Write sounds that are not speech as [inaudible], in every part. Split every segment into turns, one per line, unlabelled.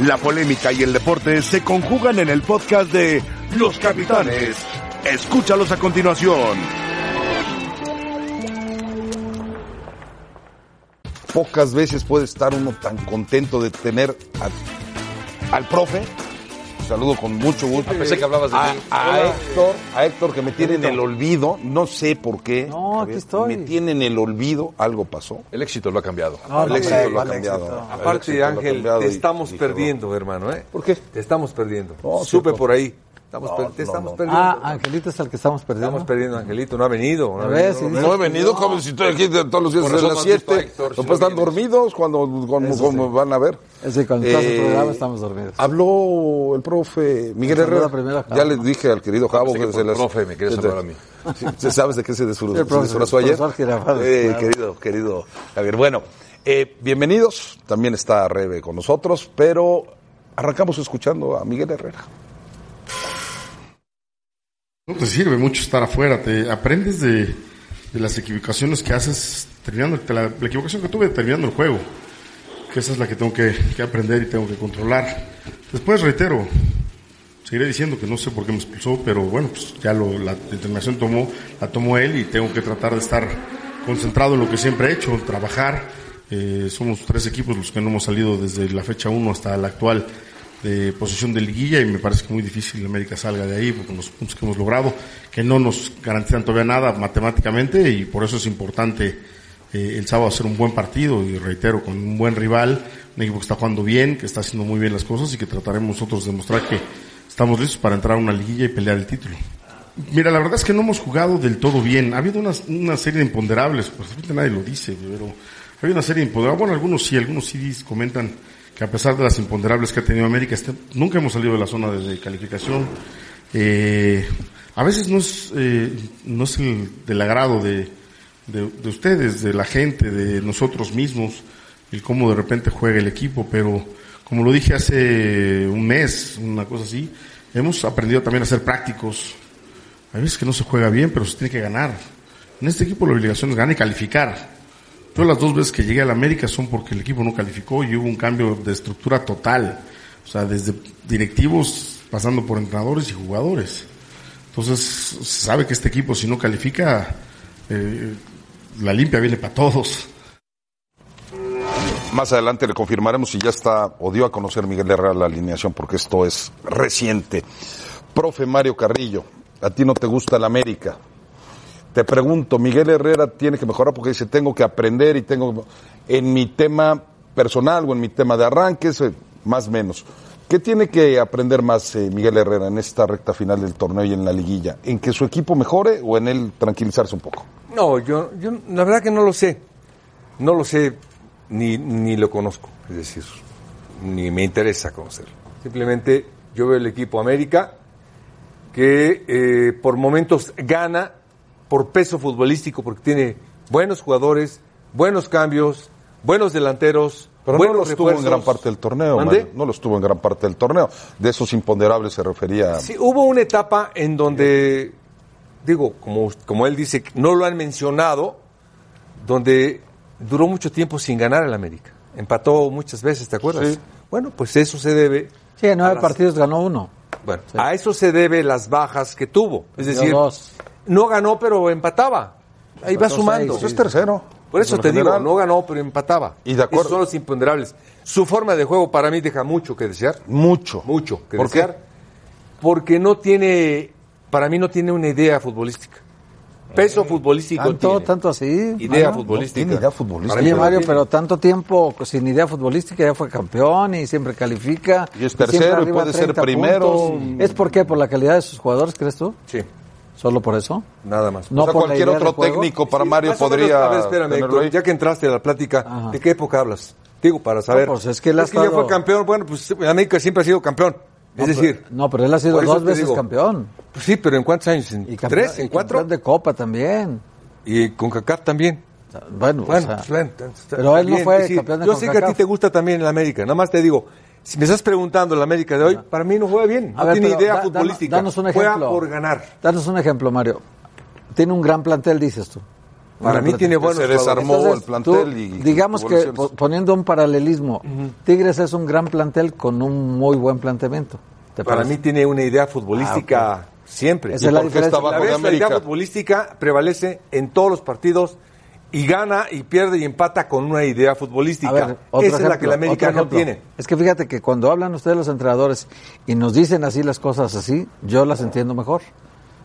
La polémica y el deporte se conjugan en el podcast de Los Capitanes. Escúchalos a continuación.
Pocas veces puede estar uno tan contento de tener a- al profe. Saludo con mucho gusto.
Ah, Pensé que hablabas de
a,
mí.
a
Hola.
Héctor, a Héctor que me tiene en el olvido, no sé por qué.
No, aquí estoy.
Me tiene en el olvido, algo pasó.
El éxito lo ha cambiado.
No,
el
no,
éxito
sí,
lo ha
el
cambiado.
éxito.
El éxito
Aparte,
lo ha
Ángel,
cambiado
te
y-
estamos
y-
perdiendo, hermano, ¿eh?
¿Por qué?
Te estamos perdiendo.
No,
Supe
cierto.
por ahí. Estamos
No,
per- te
no,
estamos
no.
perdiendo.
Ah, Angelito es al que estamos perdiendo.
Estamos perdiendo, Angelito. No ha venido. No ha
A
venido.
ver, si dices-
No he venido como si estoy aquí de- todos los días
Por
de
eso
las
no has visto a
7.
Héctor, si
Después
no
están dormidos cuando, cuando- como van a ver. Eh,
Es que cuando estás en tu programa estamos dormidos.
Habló el profe Miguel
Saluda
Herrera.
primero a Javo.
ya les dije al querido Javo
Ah, pensé que por profe me querías
se-
hablar a mí.
Sí, ¿sí ¿Sabes de qué se
Sí,
desfru-
el
se
profe,
disfrazó
el
ayer?
profesor Girafales,
Eh,
claro.
Querido, querido Javier. Bueno, eh, bienvenidos. También está Rebe con nosotros, pero arrancamos escuchando a Miguel Herrera.
No te sirve mucho estar afuera, te aprendes de, de las equivocaciones que haces terminando de la, la equivocación que tuve terminando el juego, que esa es la que tengo que, que aprender y tengo que controlar. Después reitero, seguiré diciendo que no sé por qué me expulsó, pero bueno, pues ya lo- la determinación tomó, la tomó él y tengo que tratar de estar concentrado en lo que siempre he hecho, trabajar. Eh, somos tres equipos los que no hemos salido desde la fecha 1 hasta la actual de posición de liguilla y me parece que muy difícil que América salga de ahí porque los puntos que hemos logrado que no nos garantizan todavía nada matemáticamente y por eso es importante eh, el sábado hacer un buen partido y reitero, con un buen rival, un equipo que está jugando bien, que está haciendo muy bien las cosas y que trataremos nosotros de demostrar que estamos listos para entrar a una liguilla y pelear el título. Mira, la verdad es que no hemos jugado del todo bien. Ha habido unas- una, serie de imponderables, pues ahorita nadie lo dice, pero ha habido una serie de imponderables. Bueno, algunos sí, algunos sí dis- comentan que a pesar de las imponderables que ha tenido América, este- nunca hemos salido de la zona de de calificación. Eh, a veces no es, eh, no es el, del agrado de, de, de ustedes, de la gente, de nosotros mismos, el cómo de repente juega el equipo, pero como lo dije hace un mes, una cosa así, hemos aprendido también a ser prácticos. Hay veces que no se juega bien, pero se tiene que ganar. En este equipo la obligación es ganar y calificar. Yo las dos veces que llegué a la América son porque el equipo no calificó y hubo un cambio de estructura total. O sea, desde directivos, pasando por entrenadores y jugadores. Entonces, se sabe que este equipo, si no califica, eh, la limpia viene para todos.
Más adelante le confirmaremos si ya está o dio a conocer Miguel Herrera la alineación, porque esto es reciente. Profe Mario Carrillo, a ti no te gusta la América. Te pregunto, Miguel Herrera tiene que mejorar porque dice, tengo que aprender y tengo en mi tema personal o en mi tema de arranques, eh, más menos. ¿Qué tiene que aprender más eh, Miguel Herrera en esta recta final del torneo y en la liguilla? ¿En que su equipo mejore o en él tranquilizarse un poco?
No, yo, yo la verdad que no lo sé. No lo sé ni, ni lo conozco, es decir, ni me interesa conocerlo. Simplemente yo veo el equipo América que eh, por momentos gana por peso futbolístico porque tiene buenos jugadores, buenos cambios, buenos delanteros,
Pero
buenos
no los tuvo en
refuerzos.
gran parte del torneo,
¿Mande?
Mario. No los tuvo en gran parte del torneo. De esos imponderables se refería.
Sí, hubo una etapa en donde, digo, como, como él dice, no lo han mencionado, donde duró mucho tiempo sin ganar el América. Empató muchas veces, ¿te acuerdas?
Sí.
Bueno, pues eso se debe.
Sí, en nueve
a las-
partidos ganó uno.
Bueno, a eso se debe las bajas que tuvo. Es
Perdió
decir,
dos.
no ganó, pero empataba. Ahí va
Empató
sumando.
seis,
Pues es tercero.
Por eso
En
te digo,
general.
no ganó, pero empataba.
Y de acuerdo.
Esos son los imponderables. Su forma de juego para mí deja mucho que desear.
Mucho.
Mucho. Que
¿Por qué?
desear, Porque no tiene, para mí no tiene una idea futbolística. Peso futbolístico
Tanto,
tiene.
tanto así. Ah,
Idea
Mario.
futbolística.
No tiene idea futbolística.
Para mí
Oye,
no
Mario,
tiene.
pero tanto tiempo pues, sin idea futbolística, ya fue campeón y siempre califica.
Y es
siempre
tercero y
arriba
puede ser
30
primero.
puntos. ¿Es por qué? ¿Por la calidad de sus jugadores, crees tú?
Sí,
¿Solo por eso?
nada más.
No
o sea,
por la
cualquier
idea de
otro
juego.
técnico para
Sí,
Mario
más o menos,
podría.
a ver, espérame,
tenerlo
Héctor,
ahí.
ya que entraste a la plática,
Ajá.
¿de qué época hablas? Digo, para saber.
pues es que él ha
ya
estado-
fue campeón, bueno, pues América siempre ha sido campeón.
No,
es decir,
pero- no, pero él ha sido
por eso
dos
te
veces
digo,
campeón.
pues sí, pero ¿en cuántos años? ¿En
Y campeón-
tres? ¿En
y
cuatro?
campeón de Copa también.
Y con CACAF también.
Bueno, o
Bueno,
sea,
pues, bueno, está- está
pero él no
bien,
fue
es decir,
campeón de
Yo sé que a ti
CONCACAF.
te gusta también el América. Nada más te digo, si me estás preguntando el América de hoy, para mí no juega bien. No
A ver,
tiene
pero
idea
da- dano-
futbolística.
Danos un
Juega
ejemplo.
por ganar.
Danos un ejemplo, Mario. Tiene un gran plantel, dices tú.
Para mí
Bueno,
tiene buenos
se
jugadores.
desarmó
Entonces,
el plantel
tú,
y
digamos
tuvo
que
lesiones.
po- poniendo un paralelismo, Tigres es un gran plantel con un muy buen planteamiento. ¿Te
Para
parece?
mí tiene una idea futbolística siempre.
Esa es la
por qué está
diferencia.
A
abajo?
la
de
vez la idea
América.
futbolística prevalece en todos los partidos y gana y pierde y empata con una idea futbolística.
A ver, otro
Esa es la
ejemplo,
que la América
otro
no
ejemplo.
tiene.
Es que fíjate que cuando hablan ustedes los entrenadores y nos dicen así las cosas así, yo las entiendo mejor.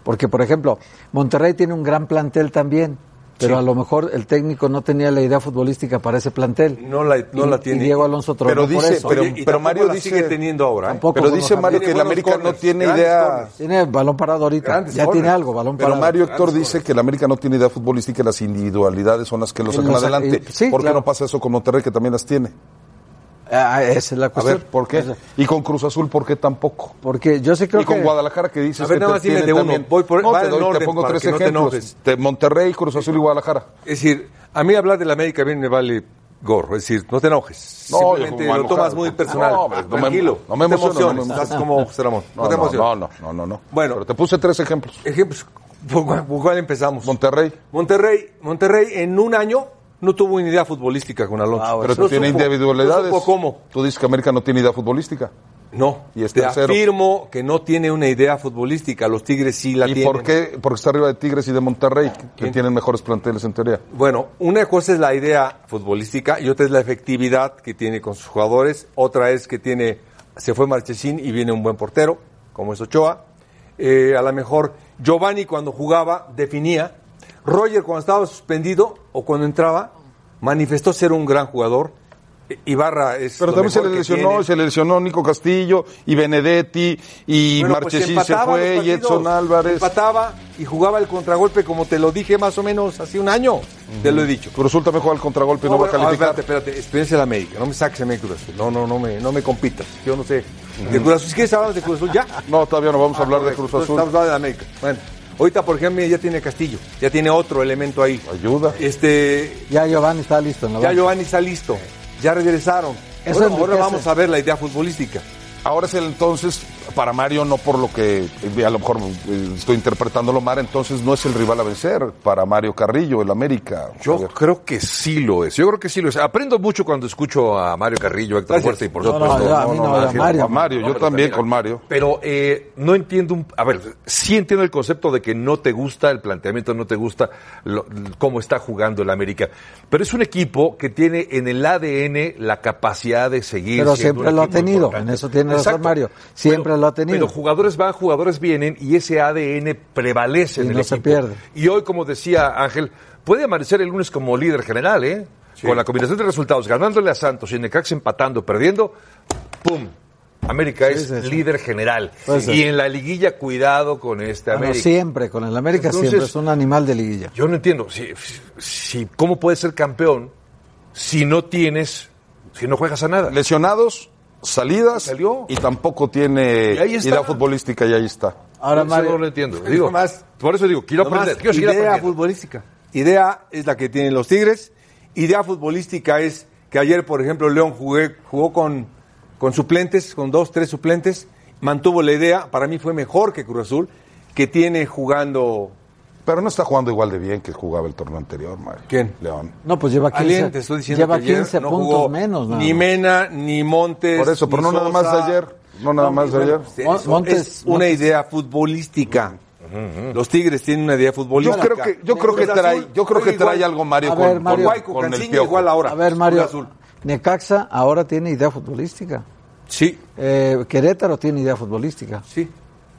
Porque, por ejemplo, Monterrey tiene un gran plantel también, pero a lo mejor el técnico no tenía la idea futbolística para ese plantel.
No la, no
Y-
la tiene.
Y Diego Alonso tronó
Pero
por
dice-
eso.
pero-
Oye, y tampoco
Mario
la
dice-
sigue teniendo ahora. ¿eh?
Tampoco
Pero
con
dice
Mohamed.
Mario que el
Tiene
América
buenos
no
corners,
tiene
grandes
idea.
corners.
Tiene balón parado ahorita.
Grandes
Ya
goles.
tiene algo, balón
Pero
parado.
Mario Héctor dice que el América no tiene idea futbolística y las individualidades son las que lo
Y
sacan
los-
eh,
adelante.
y- sí,
¿Por qué
claro.
no pasa eso con Monterrey que también las tiene?
Ah, esa es la
A
cuestión.
ver, ¿por qué? Y con Cruz Azul, ¿por qué tampoco?
Porque yo sí creo
y con
que...
Guadalajara que dices
A ver,
que
nada
te
más dime
tiene
de uno.
también-
Voy por-
no,
va
te,
en
doy- te
orden
pongo
para
tres
que no te
ejemplos.
enojes.
de Monterrey, Cruz Azul y Guadalajara.
Es decir, a mí hablar de la América bien me vale gorro. Es decir, no te enojes.
No,
Simplemente
yo como
lo tomas
enojado.
muy personal.
No, hombre, no me-
Tranquilo.
no me
te
emociono, no me
emociones.
emociono.
Estás como José Ramón. No,
No,
te
no,
emociones.
no, no, no, no, no.
Bueno.
Pero te puse tres ejemplos.
Ejemplos, ¿por cuál, por cuál empezamos?
Monterrey.
Monterrey, Monterrey en un año no tuvo una idea futbolística con Alonso.
Ah, bueno.
Pero
No
tú tiene
supo-
individualidades.
No supo cómo.
Tú dices que América no tiene idea futbolística.
No,
Y es
te
tercero.
afirmo que no tiene una idea futbolística. Los Tigres sí la
¿Y
tienen.
por qué? Porque está arriba de Tigres y de Monterrey, que tienen mejores planteles en teoría.
Bueno, una cosa es la idea futbolística y otra es la efectividad que tiene con sus jugadores. Otra es que tiene, se fue Marchesín y viene un buen portero, como es Ochoa. Eh, a lo mejor Giovanni cuando jugaba definía. Roger cuando estaba suspendido o cuando entraba manifestó ser un gran jugador. I- Ibarra es.
Pero
lo
también se
mejor
le
que
lesionó,
tiene.
se le lesionó Nico Castillo y Benedetti y
Bueno, pues
Marchesín se
empataba
fue
los
y Edson
partidos,
Álvarez.
Empataba y jugaba el contragolpe como te lo dije más o menos hace un año. Te lo he dicho.
Pero resulta mejor al contragolpe, no,
No,
va a
bueno, ah,
calificar.
espérate, espérate, experiencia de América, no me saques a mí de Cruz Azul. No, no, no me, no me compitas, yo no sé. De Cruz Azul, si quieres hablar de Cruz [laughs] Azul ya. Ah,
No, todavía no vamos a hablar de Cruz
Entonces,
Azul.
Estamos hablando de América. Bueno, ahorita por ejemplo ya tiene Castillo, ya tiene otro elemento ahí.
Ayuda.
Este,
Ya Giovanni está listo. en la
ya
banca.
Giovanni está listo, ya regresaron.
Eso
Ahora, ahora
enriquece.
vamos a ver la idea futbolística.
Ahora es el entonces, para Mario, no por lo que eh, a lo mejor eh, estoy interpretándolo mal, entonces no es el rival a vencer para Mario Carrillo, el América.
Yo
Javier.
creo que sí lo es. Yo creo que sí lo es. Aprendo mucho cuando escucho a Mario Carrillo, a Héctor
Gracias.
Huerta y por
No,
supuesto.
no, ya, a mí no,
no,
ya,
no,
Mario.
a Mario, yo
pero
también con Mario.
Pero eh, no entiendo, un- a ver, sí entiendo el concepto de que no te gusta el planteamiento, no te gusta lo- cómo está jugando el América. Pero es un equipo que tiene en el ADN la capacidad de seguir.
Pero
siendo
siempre
un
lo ha
equipo
tenido,
importante.
en eso tiene razón
Exacto.
Mario, siempre
Pero-
lo ha tenido.
Pero jugadores van, jugadores vienen y ese ADN prevalece
Y
en el
no se
equipo.
pierde.
Y hoy, como decía Ángel, puede amanecer el lunes como líder general, ¿eh? Con la combinación de resultados, ganándole a Santos y Necax empatando, perdiendo, ¡pum! América es
sí, sí.
líder general.
Puede ser.
Y en la liguilla, cuidado con este
Bueno,
América.
siempre, con el América
Entonces-
siempre, es un animal de liguilla.
Yo no entiendo. Si, si- ¿Cómo puedes ser campeón si no tienes, si no juegas a nada?
Lesionados, salidas,
Salió.
y tampoco tiene
Y ahí está.
idea futbolística y ahí está.
Ahora,
Eso
Mario,
no lo
[laughs]
entiendo. Digo,
Nomás-
por eso digo, quiero
Nomás,
aprender. Quiero seguir
idea
aprendiendo.
futbolística. Idea es la que tienen los Tigres. Idea futbolística es que ayer, por ejemplo, León jugué- jugó con, con suplentes, con dos, tres suplentes. Mantuvo la idea. Para mí fue mejor que Cruz Azul, que tiene jugando.
Pero no está jugando igual de bien que jugaba el torneo anterior, Mario.
¿Quién?
León.
no, pues lleva 15,
Alien, te estoy diciendo
lleva
que ayer
15
no
puntos
jugó
menos. nada
Ni
más.
Mena, ni Montes.
Por eso, pero
ni
no nada más
Sosa.
de ayer, no nada más de
bueno,
ayer.
pues, eso
Montes-
es una
Montes-
idea futbolística. Los Tigres tienen una idea
Yo
futbolística.
creo que, yo creo que
Cruz
trae,
Azul
yo creo que
juega
trae
igual.
algo Mario
A
con,
ver,
con-
Mario.
Guayco,
con el
Cancino,
piojo.
igual ahora.
A ver, Mario,
Cruz Azul.
Necaxa ahora tiene idea futbolística.
Sí,
Eh, Querétaro tiene idea futbolística.
sí.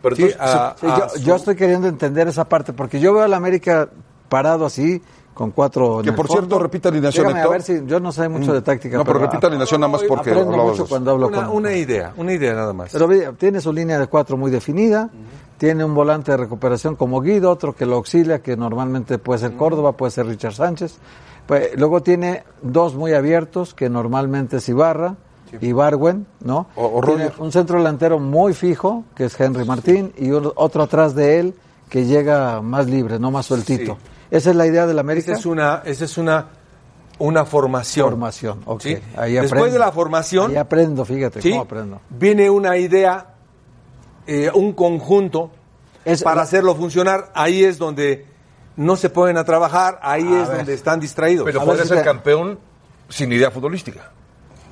Pero
Sí,
entonces,
a-
Sí,
a
yo,
su-
yo estoy queriendo entender esa parte, porque yo veo al América parado así, con cuatro. en
Que,
el
por cierto,
fondo.
repita alineación,
Dígame, a
Héctor.
ver si yo no sé
Mm.
mucho de táctica.
No, pero repita alineación nada más porque
aprendo
hablabas de
mucho
eso.
cuando hablo
una,
con.
una idea, una idea nada más.
Pero ve, tiene su línea de cuatro muy definida, tiene un volante de recuperación como Guido, otro que lo auxilia, que normalmente puede ser Córdoba, puede ser Richard Sánchez. Pues, luego tiene dos muy abiertos, que normalmente es Ibarra y Barwen, ¿no?
O- o
Tiene
Roger.
un centro delantero muy fijo, que es Henry Martín, y un- otro atrás de él, que llega más libre, no más sueltito.
Sí.
Esa es la idea del
Esa
América.
es una, esa es una, una formación.
formación. ok.
¿sí?
Ahí
Después
aprendo.
de la formación,
Ahí aprendo, fíjate
¿sí?
cómo aprendo.
viene una idea, eh, un conjunto
Es-
para
la-
hacerlo funcionar. Ahí es donde no se ponen a trabajar, ahí
A
es
ver.
donde están distraídos.
Pero
A
podría
ver si sea-
ser campeón sin idea futbolística.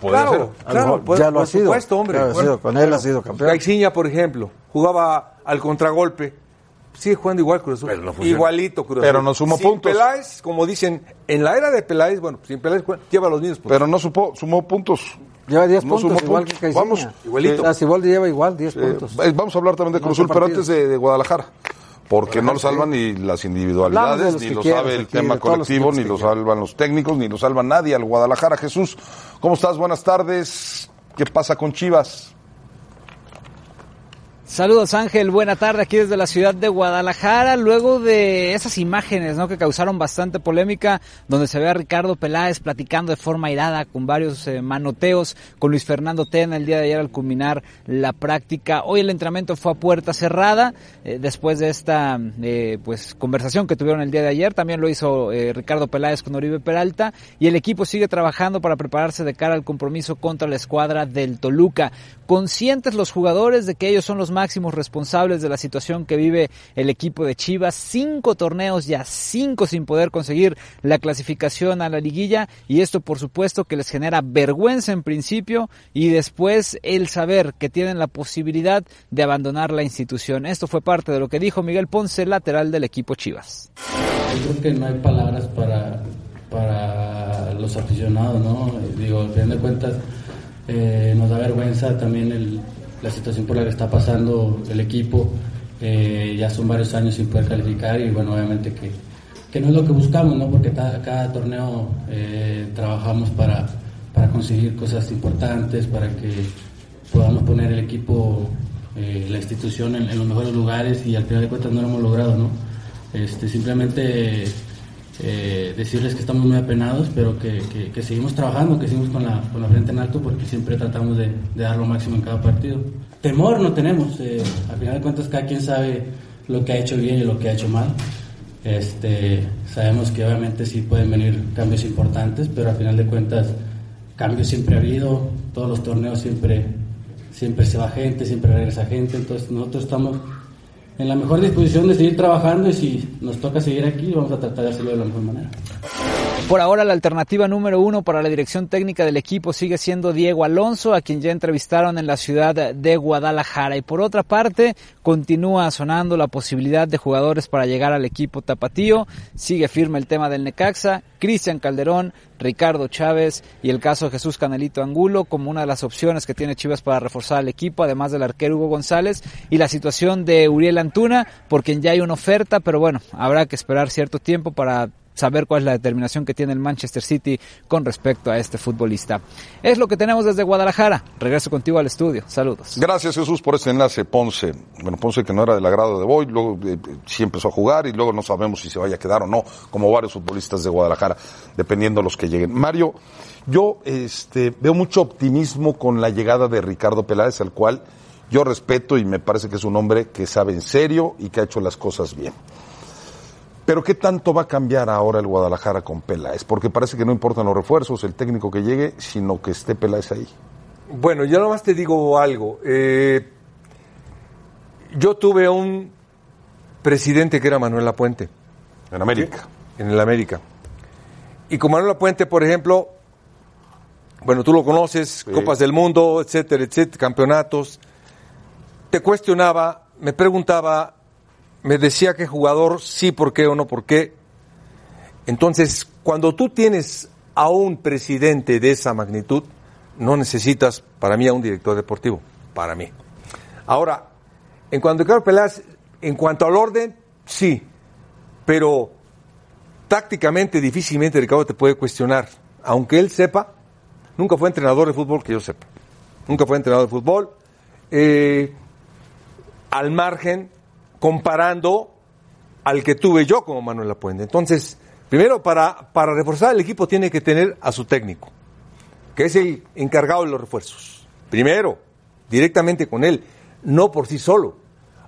Podría
Claro,
A
ser. Ah,
lo
claro,
mejor
por,
ya lo
por
ha sido.
supuesto, hombre.
Ya lo ha sido, con él ha sido campeón.
Caixinha, por ejemplo, jugaba al contragolpe. Sigue jugando igual Cruz Azul.
Pero no funciona.
Igualito Cruz
Pero
Azul.
no sumó
Sin
puntos.
Peláez, como dicen, en la era de Peláez, bueno, sin Peláez juega- lleva los mismos puntos.
Pero no supo, sumó puntos.
Lleva 10
No
puntos,
sumó
igual
puntos.
que Caixinha.
Vamos,
igualito.
Ah, Siboldi lleva igual 10
Eh,
puntos.
eh, vamos a hablar también de
No
Cruz
son
Azul, pero antes
partidos.
de, de Guadalajara. Porque no lo salvan ni las
Hablamos de
individualidades,
los
ni
que
lo
quieras
sabe el
aquí,
tema
de todos los
colectivo,
equipos
ni
que
lo salvan los técnicos, ni lo salva nadie al Guadalajara. Jesús, ¿cómo estás? Buenas tardes. ¿Qué pasa con Chivas?
Saludos Ángel, buena tarde aquí desde la ciudad de Guadalajara, luego de esas imágenes ¿no? que causaron bastante polémica, donde se ve a Ricardo Peláez platicando de forma airada con varios eh, manoteos con Luis Fernando Tena el día de ayer al culminar la práctica. Hoy el entrenamiento fue a puerta cerrada, eh, después de esta eh, pues conversación que tuvieron el día de ayer, también lo hizo eh, Ricardo Peláez con Oribe Peralta y el equipo sigue trabajando para prepararse de cara al compromiso contra la escuadra del Toluca. Conscientes los jugadores de que ellos son los máximos responsables de la situación que vive el equipo de Chivas. Cinco torneos ya, cinco sin poder conseguir la clasificación a la liguilla y esto por supuesto que les genera vergüenza en principio y después el saber que tienen la posibilidad de abandonar la institución. Esto fue parte de lo que dijo Miguel Ponce, lateral del equipo Chivas.
Yo creo que no hay palabras para, para los aficionados, ¿no? Digo, al final de cuentas, eh, nos da vergüenza también el- la situación por la que está pasando el equipo. Eh, ya son varios años sin poder calificar y, bueno, obviamente que, que no es lo que buscamos, ¿no? Porque cada, cada torneo eh, trabajamos para, para conseguir cosas importantes, para que podamos poner el equipo, eh, la institución en, en los mejores lugares y al final de cuentas no lo hemos logrado, ¿no? Este, simplemente eh, decirles que estamos muy apenados, pero que, que- que seguimos trabajando, que seguimos con la, con la frente en alto, porque siempre tratamos de, de dar lo máximo en cada partido. Temor no tenemos, eh, al final de cuentas cada quien sabe lo que ha hecho bien y lo que ha hecho mal. Este, sabemos que obviamente sí pueden venir cambios importantes, pero al final de cuentas cambios siempre ha habido, todos los torneos siempre, siempre se va gente, siempre regresa gente, entonces nosotros estamos en la mejor disposición de seguir trabajando y si nos toca seguir aquí, vamos a tratar de hacerlo de la mejor manera.
Por ahora la alternativa número uno para la dirección técnica del equipo sigue siendo Diego Alonso, a quien ya entrevistaron en la ciudad de Guadalajara. Y por otra parte, continúa sonando la posibilidad de jugadores para llegar al equipo tapatío. Sigue firme el tema del Necaxa, Cristian Calderón, Ricardo Chávez y el caso de Jesús Canelito Angulo como una de las opciones que tiene Chivas para reforzar al equipo, además del arquero Hugo González y la situación de Uriel Antuna, por quien ya hay una oferta, pero bueno, habrá que esperar cierto tiempo para saber cuál es la determinación que tiene el Manchester City con respecto a este futbolista. Es lo que tenemos desde Guadalajara. Regreso contigo al estudio. Saludos.
Gracias Jesús por este enlace, Ponce. Bueno, Ponce que no era del agrado de Boy, luego eh, sí empezó a jugar y luego no sabemos si se vaya a quedar o no, como varios futbolistas de Guadalajara, dependiendo los que lleguen. Mario, yo este, veo mucho optimismo con la llegada de Ricardo Peláez, al cual yo respeto y me parece que es un hombre que sabe en serio y que ha hecho las cosas bien. Pero ¿qué tanto va a cambiar ahora el Guadalajara con Peláez? Porque parece que no importan los refuerzos, el técnico que llegue, sino que esté Peláez ahí.
Bueno, yo nomás te digo algo. eh, yo tuve un presidente que era Manuel Lapuente.
En América.
en el América. Y con Manuel Puente, por ejemplo, bueno, tú lo conoces, Copas del Mundo, etcétera, etcétera, campeonatos. Te cuestionaba, me preguntaba, me decía qué jugador sí, por qué o no, por qué. Entonces, cuando tú tienes a un presidente de esa magnitud, no necesitas, para mí, a un director deportivo, para mí. Ahora, en cuanto a Ricardo Peláez, en cuanto al orden, sí, pero tácticamente difícilmente Ricardo te puede cuestionar, aunque él sepa, nunca fue entrenador de fútbol que yo sepa, nunca fue entrenador de fútbol, eh, al margen, comparando al que tuve yo como Manuel Lapuente. Entonces, primero, para, para reforzar el equipo tiene que tener a su técnico, que es el encargado de los refuerzos. Primero, directamente con él, no por sí solo.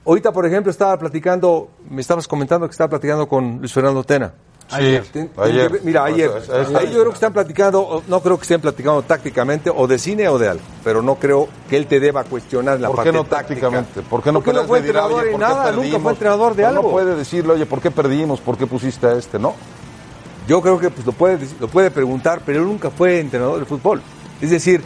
Ahorita, por ejemplo, estaba platicando, me estabas comentando que estaba platicando con Luis Fernando Tena.
Sí,
Ten- ten que
ayer.
ver- mira, ayer.
Pues, ahí está.
Ahí yo creo que están platicando, o- no creo que estén platicando tácticamente o de cine o de algo, pero no creo que él te deba cuestionar la
¿Por
parte
qué no
táctica.
tácticamente? ¿Por qué no,
Porque no
Peláez
fue
le dirá,
entrenador
oye,
en
¿por qué
nada, nunca
perdimos?
fue entrenador de
Pero
algo.
No puede decirle, oye, ¿por qué perdimos? ¿Por qué pusiste a este? No.
Yo creo que pues, lo, puede, decir- lo puede preguntar, pero él nunca fue entrenador de fútbol. Es decir,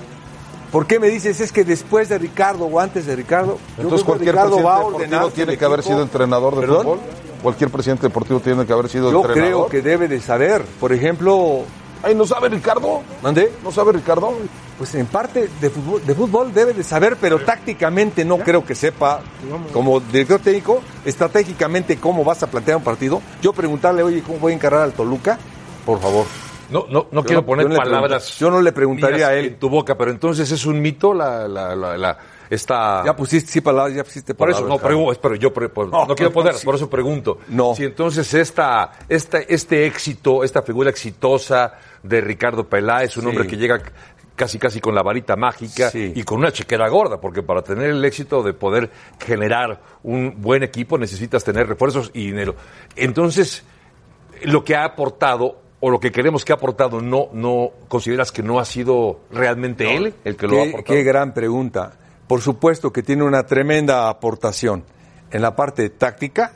¿por qué me dices es que después de Ricardo o antes de Ricardo? Yo creo
Entonces
que
cualquier
Ricardo
presidente
va a
deportivo
ordenar
tiene
el
que haber
equipo.
sido entrenador de
¿Perdón?
fútbol. Cualquier presidente deportivo tiene que haber sido
Yo creo
entrenador.
que debe de saber. Por ejemplo,
Ay, ¿no sabe Ricardo?
¿mandé?
¿No sabe Ricardo?
Pues en parte de fútbol, de fútbol debe de saber, pero tácticamente no creo que sepa, como director técnico, estratégicamente cómo vas a plantear un partido. Yo preguntarle, oye, ¿cómo voy a encarar al Toluca? Por favor.
No, no, no
Yo
quiero
no-
poner
yo no le
palabras.
pregun- yo no le preguntaría
mías
a él.
En tu boca, pero entonces es un mito la, la, la, la- esta.
Ya pusiste, sí, palabras, ya pusiste
Ah. por
palabras.
eso no
Jaime.
pregunto, pero yo pre- por- no,
No,
quiero
no,
poner,
sí.
por eso pregunto.
No.
Si entonces esta, esta, este éxito, esta figura exitosa de Ricardo Peláez, un
Sí.
hombre que llega c- casi casi con la varita mágica
Sí.
y con una chequera gorda, porque para tener el éxito de poder generar un buen equipo necesitas tener refuerzos y dinero. Entonces, lo que ha aportado o lo que queremos que ha aportado, no, no consideras que no ha sido realmente él el que lo ha
Qué-
aportado.
Qué gran pregunta. Por supuesto que tiene una tremenda aportación. En la parte táctica,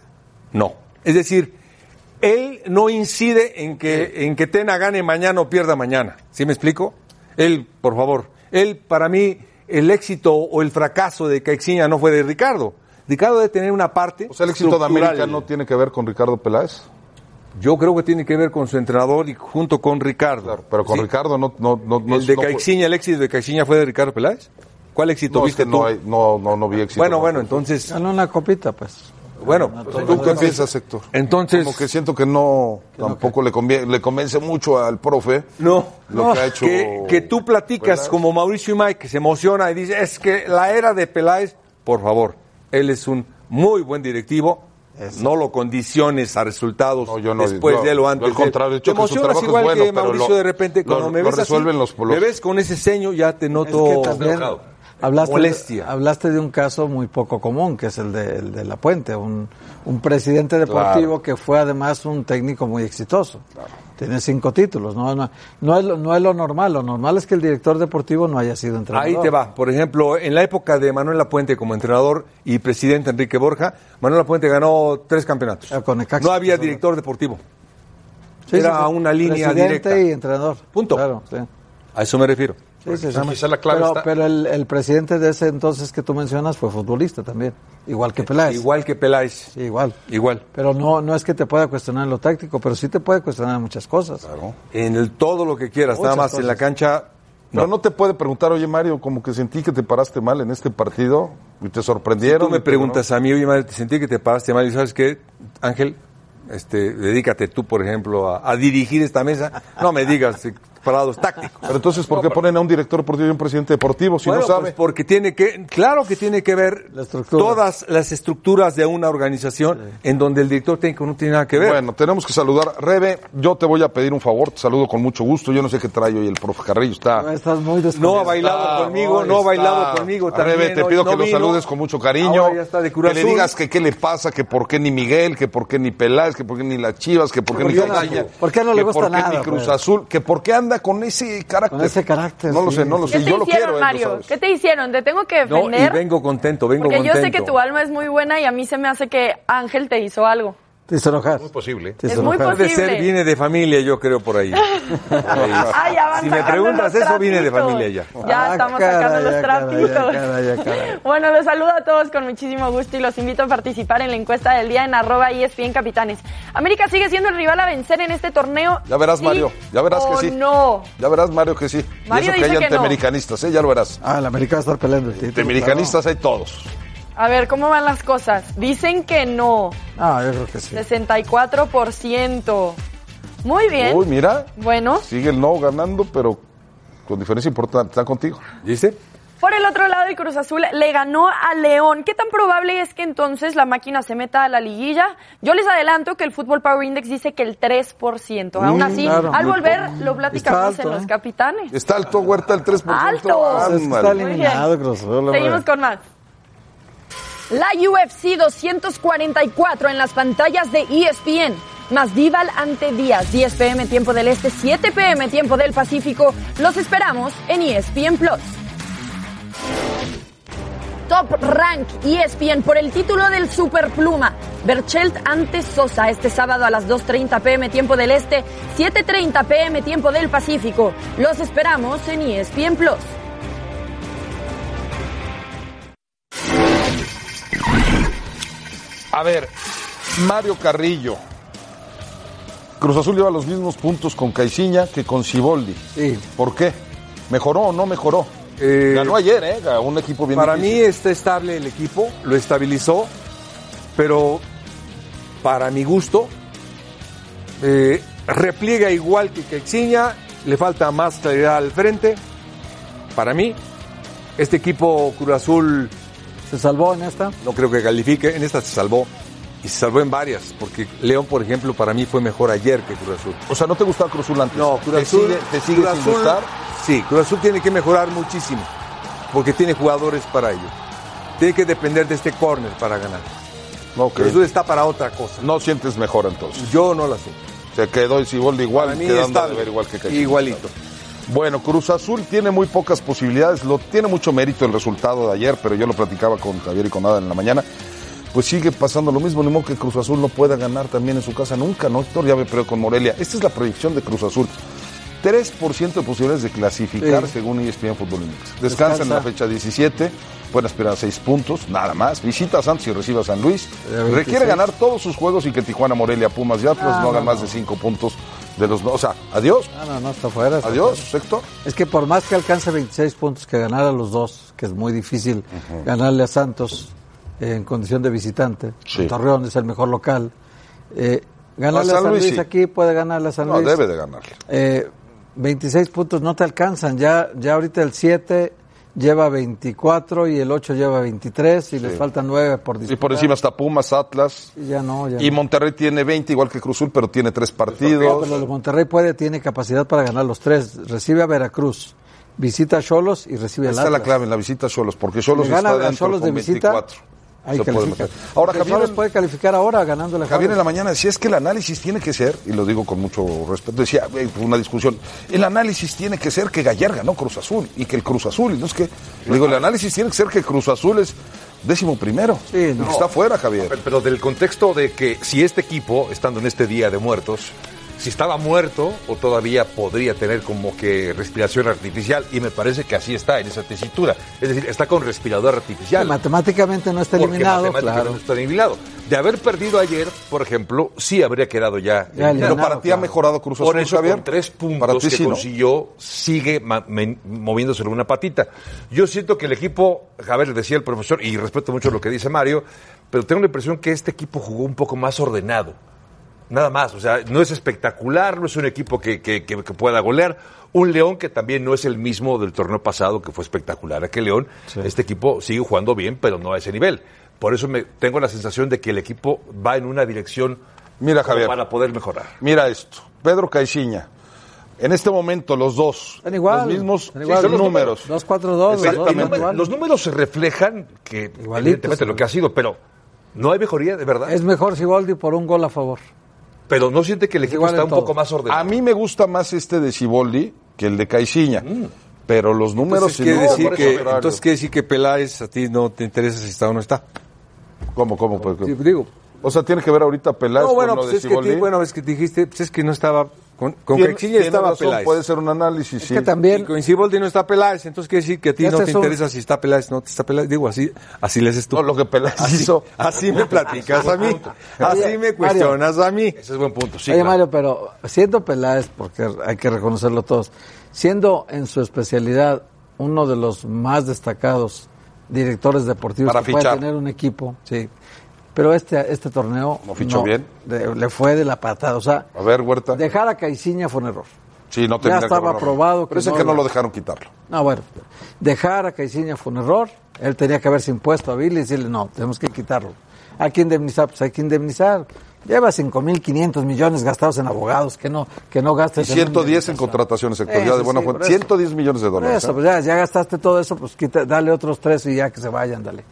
no. Es decir, él no incide en que, en que Tena gane mañana o pierda mañana. ¿Sí me explico? Él, por favor, él para mí el éxito o el fracaso de Caixinha no fue de Ricardo. Ricardo debe tener una parte.
O sea, el éxito de
estructural.
América no tiene que ver con Ricardo Peláez.
Yo creo que tiene que ver con su entrenador y junto con Ricardo.
Claro, pero con
¿Sí?
Ricardo no, no, no, no
¿El de
no fue-
Caixinha, el éxito de Caixinha fue de Ricardo Peláez? ¿Cuál éxito
No, es
viste
que
tú?
no, hay- no, no, no vi éxito.
bueno,
No.
bueno, entonces,
Ganó una copita, pues.
bueno,
¿Tú qué piensas, Héctor?
entonces,
Como que siento que no, tampoco le, convie- le convence mucho al profe
no,
lo
no,
que ha hecho.
que, que tú platicas
Peláez.
como Mauricio y Mike, que se emociona y dice, es que la era de Peláez, por favor, él es un muy buen directivo, no lo condiciones a resultados
No, yo no,
después
yo-
de él
yo
o
al
antes. de él.
contrario, he dicho
Te
que su
emocionas
trabajo es
igual
bueno,
que
pero
Mauricio
lo-
de repente,
lo-
cuando me
lo
ves así,
resuelven los- los-
me ves con ese ceño, ya te
Es
noto...
que también
enojado.
hablaste,
Molestia.
hablaste de un caso muy poco común, que es el de, el de La Puente, un, un presidente deportivo que fue además un técnico muy exitoso. Tiene cinco títulos, no, no, no, es lo, no es lo normal, lo normal es que el director deportivo no haya sido entrenador.
Ahí te va. Por ejemplo, en la época de Manuel Lapuente como entrenador y presidente Enrique Borja, Manuel Lapuente ganó tres campeonatos.
Ah, con Necaxa.
no había director deportivo.
Sí, sí,
Era
sí.
una línea
Presidente
directa.
y entrenador.
Punto.
Claro, sí.
A eso me refiero.
Sí, sí,
Quizá
sí.
la clave
pero
está-
pero el, el presidente de ese entonces que tú mencionas fue futbolista también, igual que Peláez.
Igual que Peláez.
Sí, igual.
Igual.
Pero no, no es que te pueda cuestionar lo táctico, pero sí te puede cuestionar muchas cosas.
En el todo lo que quieras,
Muchas
nada más en la
cosas.
cancha.
No,
No,
no te puede preguntar, oye Mario, como que sentí que te paraste mal en este partido y te sorprendieron.
Tú
y
me
te-
preguntas a mí, oye, madre, te sentí que te paraste mal. Y sabes qué, Ángel, este, dedícate tú, por ejemplo, a, a dirigir esta mesa. No me digas eh, parados tácticos.
Pero entonces, ¿por qué ponen a un director deportivo y un presidente deportivo si
Bueno,
no sabe?
pues porque tiene que, claro que tiene que ver
La estructura.
todas las estructuras de una organización en donde el director técnico no tiene nada que ver.
Bueno, tenemos que saludar. Rebe, yo te voy a pedir un favor, te saludo con mucho gusto. Yo no sé qué trae hoy el profe Carrillo, está...
No, Estás muy
no ha
desconectado.
bailado
Está,
conmigo, no ha
está.
bailado conmigo también.
Rebe, te
hoy
pido
no
que lo
vino.
saludes con mucho cariño.
Ahora ya está de Cruz
que le
Azul.
digas que qué le pasa, que por qué ni Miguel, que por qué ni Peláez, que por qué ni las Chivas, que por qué
¿Por
ni
qué no?
Gandaya,
¿Por qué no le
que
gusta
por qué
nada,
ni Cruz
pues?
Azul, que por qué anda con ese carácter.
Con ese carácter,
No lo
sí.
sé, no lo
¿Qué
sé.
te
Yo lo
hicieron,
quiero, eh, lo
Mario?
sabes.
¿Qué te hicieron? ¿Te tengo que
No,
defender?
y vengo contento, vengo
Porque yo
contento.
sé que tu alma es muy buena y a mí se me hace que Ángel te hizo algo.
Te hizo enojar.
Muy posible.
Te hizo
Es muy
enojar.
posible.
Puede ser, viene de familia, yo creo, por
[laughs]
ahí.
Ah, ya van
si me
sacando
preguntas
los
eso, viene de
trapitos.
familia ya.
Ya
Ah,
estamos
caray,
sacando los
ya, caray,
trapitos.
ya, caray, ya, caray.
[laughs] Bueno, los saludo a todos con muchísimo gusto y los invito a participar en la encuesta del día en arroba E ESPN Capitanes. América sigue siendo el rival a vencer en este torneo.
Ya verás,
¿sí
Mario, ya verás
o
que sí.
no?
Ya verás, Mario, que sí. y
Mario
eso que
dice
hay
que no.
antiamericanistas, ¿eh? ya lo verás.
Ah, el americano está peleando el título.
Antiamericanistas hay todos.
A ver, ¿cómo van las cosas? Dicen que no.
claro. Ah, yo creo que sí.
64%. Muy bien.
Uy, mira.
Bueno,
Sigue el no ganando, pero con diferencia importante. Está contigo.
¿Dice?
por el otro lado, el Cruz Azul le ganó a León. ¿Qué tan probable es que entonces la máquina se meta a la liguilla? Yo les adelanto que el Football Power Index dice que el 3%. Aún
Mm,
así,
claro.
al
Muy
volver lo platicamos
Está alto,
en los
¿eh?
capitanes.
Está alto, Huerta, el 3%.
Alto.
O sea, es que está
Ándale.
bien.
eliminado, Cruz Azul, hombre.
Seguimos con más. E La UFC 244 en las pantallas de ESPN. más Dival ante Díaz, 10 pm tiempo del Este, 7 pm tiempo del Pacífico. Los esperamos en E ESPN Plus. Top Rank E ESPN por el título del Superpluma. Berchelt ante Sosa este sábado a las 2.30 pm tiempo del Este, 7.30 pm tiempo del Pacífico. Los esperamos en E ESPN Plus.
A ver, Mario Carrillo. Cruz Azul lleva los mismos puntos con Caiciña que con Ciboldi. ¿Por qué? ¿Mejoró o no mejoró? Ganó ayer, ¿eh? A Un equipo bien
Para
difícil.
mí está estable el equipo, lo estabilizó, pero para mi gusto eh, repliega igual que Quexiña, le falta más claridad al frente. Para mí, este equipo Cruz Azul...
¿Se salvó en esta?
No creo que califique, en esta se salvó. Y se salvó en varias, porque León, por ejemplo, para mí fue mejor ayer que Cruz Azul.
O sea, ¿no te gustaba Cruz Azul antes?
No, Cruz
¿Te
Azul...
sigue- te sigue
Cruz
sin
Azul-
gustar?
Sí, Cruz Azul tiene que mejorar muchísimo, porque tiene jugadores para ello. Tiene que depender de este córner para ganar.
Ok.
Cruz Azul está para otra cosa.
No sientes mejor entonces.
Yo no la sé.
Se quedó el Ciboldi igual,
Para mí
quedando a
estable.
deber igual que Pues Caixinha.
Igualito.
Bueno, Cruz Azul tiene muy pocas posibilidades, lo tiene mucho mérito el resultado de ayer, pero yo lo platicaba con Javier y con Ada en la mañana. Pues sigue pasando lo mismo, ni modo que Cruz Azul no pueda ganar también en su casa nunca, ¿no, Héctor? Ya me peleó con Morelia. Esta es la proyección de Cruz Azul. 3% de posibilidades de clasificar
Sí.
según E ESPN Fútbol Index. Descansa en la
Descansa.
fecha 17, pueden aspirar a 6 puntos, nada más. Visita a Santos y recibe a San Luis.
Ya 26.
Requiere ganar todos sus juegos y que Tijuana, Morelia, Pumas y Atlas
Ah,
no hagan
no,
más de 5 puntos de los... no- O sea, adiós,
Ah, no, no, está fuera. está
adiós, Héctor.
Es que por más que alcance 26 puntos que ganar a los dos, que es muy difícil ganarle a Santos eh, en condición de visitante,
Sí.
Torreón es el mejor local, eh, ganarle
A
a
San
San,
Luis,
Luis,
sí.
aquí puede ganarle a San
No,
Luis.
debe de ganarle.
Eh, 26 puntos no te alcanzan, ya, ya ahorita el 7 lleva 24 y el 8 lleva 23 y les faltan 9 por
Y
disputar.
por encima está Pumas, Atlas.
Y Ya no, ya
Y
no.
Monterrey tiene 20, igual que Cruzul, pero tiene tres
No,
partidos.
pero el Monterrey puede, tiene capacidad para ganar los tres. Recibe a Veracruz, visita a Cholos y recibe
Ahí
al
está la
Atlas.
clave en la visita a Cholos, porque Cholos
Le gana
está
a
dentro
Cholos de
con
visita,
24.
Ahí
Se puede
califica.
meter. Ahora,
Porque
Javier,
Cholos puede calificar ahora ganándole a
Javier en
Juárez.
la mañana decía, es que el análisis tiene que ser, y lo digo con mucho respeto, decía, eh, fue una discusión, el análisis tiene que ser que Gallar ganó Cruz Azul, y que el Cruz Azul, y no es que, le digo, el análisis tiene que ser que Cruz Azul es décimo primero,
Sí,
y
no.
que está fuera, Javier.
Pero- Pero del contexto de que si este equipo, estando en este día de muertos, si estaba muerto o todavía podría tener como que respiración artificial, y me parece que así está en esa tesitura. Es decir, está con respirador artificial.
Matemáticamente no está
porque
eliminado,
matemáticamente
claro.
no está eliminado. De haber perdido ayer, por ejemplo, sí habría quedado ya.
Ya
eliminado.
Pero para
Ganado,
ti ha
claro.
mejorado Cruz Azul,
Por eso,
Javier.
con tres puntos
para ti
que
sí, ¿no?
consiguió, sigue ma- men- moviéndose en una patita. Yo siento que el equipo, a ver, decía el profesor, y respeto mucho lo que dice Mario, pero tengo la impresión que este equipo jugó un poco más ordenado. Nada más, o sea, no es espectacular, no es un equipo que, que- que- que pueda golear. Un León que también no es el mismo del torneo pasado, que fue espectacular. Aquel León, este equipo sigue jugando bien, pero no a ese nivel. Por eso me, tengo la sensación de que el equipo va en una dirección
Mira,
como
Javier.
para poder mejorar.
Mira esto, Pedro Caixinha. En este momento los dos,
Están igual.
los mismos
están igual.
son los números.
2-4-2.
Exactamente.
los dos
Número-
igual.
Los números se reflejan que
Igualitos.
evidentemente lo que ha sido, pero no hay mejoría de verdad.
Es mejor Siboldi por un gol a favor.
pero no siente que el equipo
igual
está
en
un
todo.
poco más ordenado.
A mí me gusta más este de Ciboldi que el de Caixinha,
Mm.
pero los números
Entonces,
sin
quiere
duda,
decir
por
que,
eso,
entonces quiere decir que Peláez a ti no te interesa si está o no está.
¿Cómo, cómo? Pues,
Sí, digo.
o sea, tiene que ver ahorita Peláez
No, bueno,
con lo
pues es
de
que,
Ciboldi.
ti- bueno, es que dijiste, pues es que no estaba. Con, con
Tiene-
Caixinha
tiene
estaba
razón,
Peláez.
Puede ser un análisis, sí.
que también-
Y con Siboldi no está Peláez, entonces quiere decir que a ti
Este
no te
es un-
interesa si está Peláez, no te está Peláez. Digo, así, así le haces tú.
No, lo que Peláez
así,
hizo.
Así me platicas a mí. Así me
Mario.
cuestionas a mí.
Ese es buen punto, sí.
Oye,
claro.
Mario, pero siendo Peláez, porque hay que reconocerlo todos, siendo en su especialidad uno de los más destacados directores deportivos
Para
que
fichar.
puede tener un equipo, sí. Pero este, este torneo
No fichó bien.
de- le fue de la patada. O sea,
A ver, Huerta.
dejar a Caiciña fue un error.
sí, no
ya
tendría que
estaba
haberlo.
probado que
Pero ese
no
que no
lo-
lo dejaron quitarlo.
No, bueno, dejar a Caiciña fue un error. Él tenía que haberse impuesto a Billy y decirle, no, tenemos que quitarlo. Hay que indemnizar, pues hay que indemnizar. Lleva 5.500 millones gastados en abogados, que no, que no
Y
gastes. en
110 en
indemnización.
contrataciones, Héctor, ya
Eso
de buena
sí,
fuente.
por eso.
110 millones de
Por
dólares.
eso,
¿eh?
pues ya, ya gastaste todo eso, pues quita, dale otros tres y ya que se vayan, dale.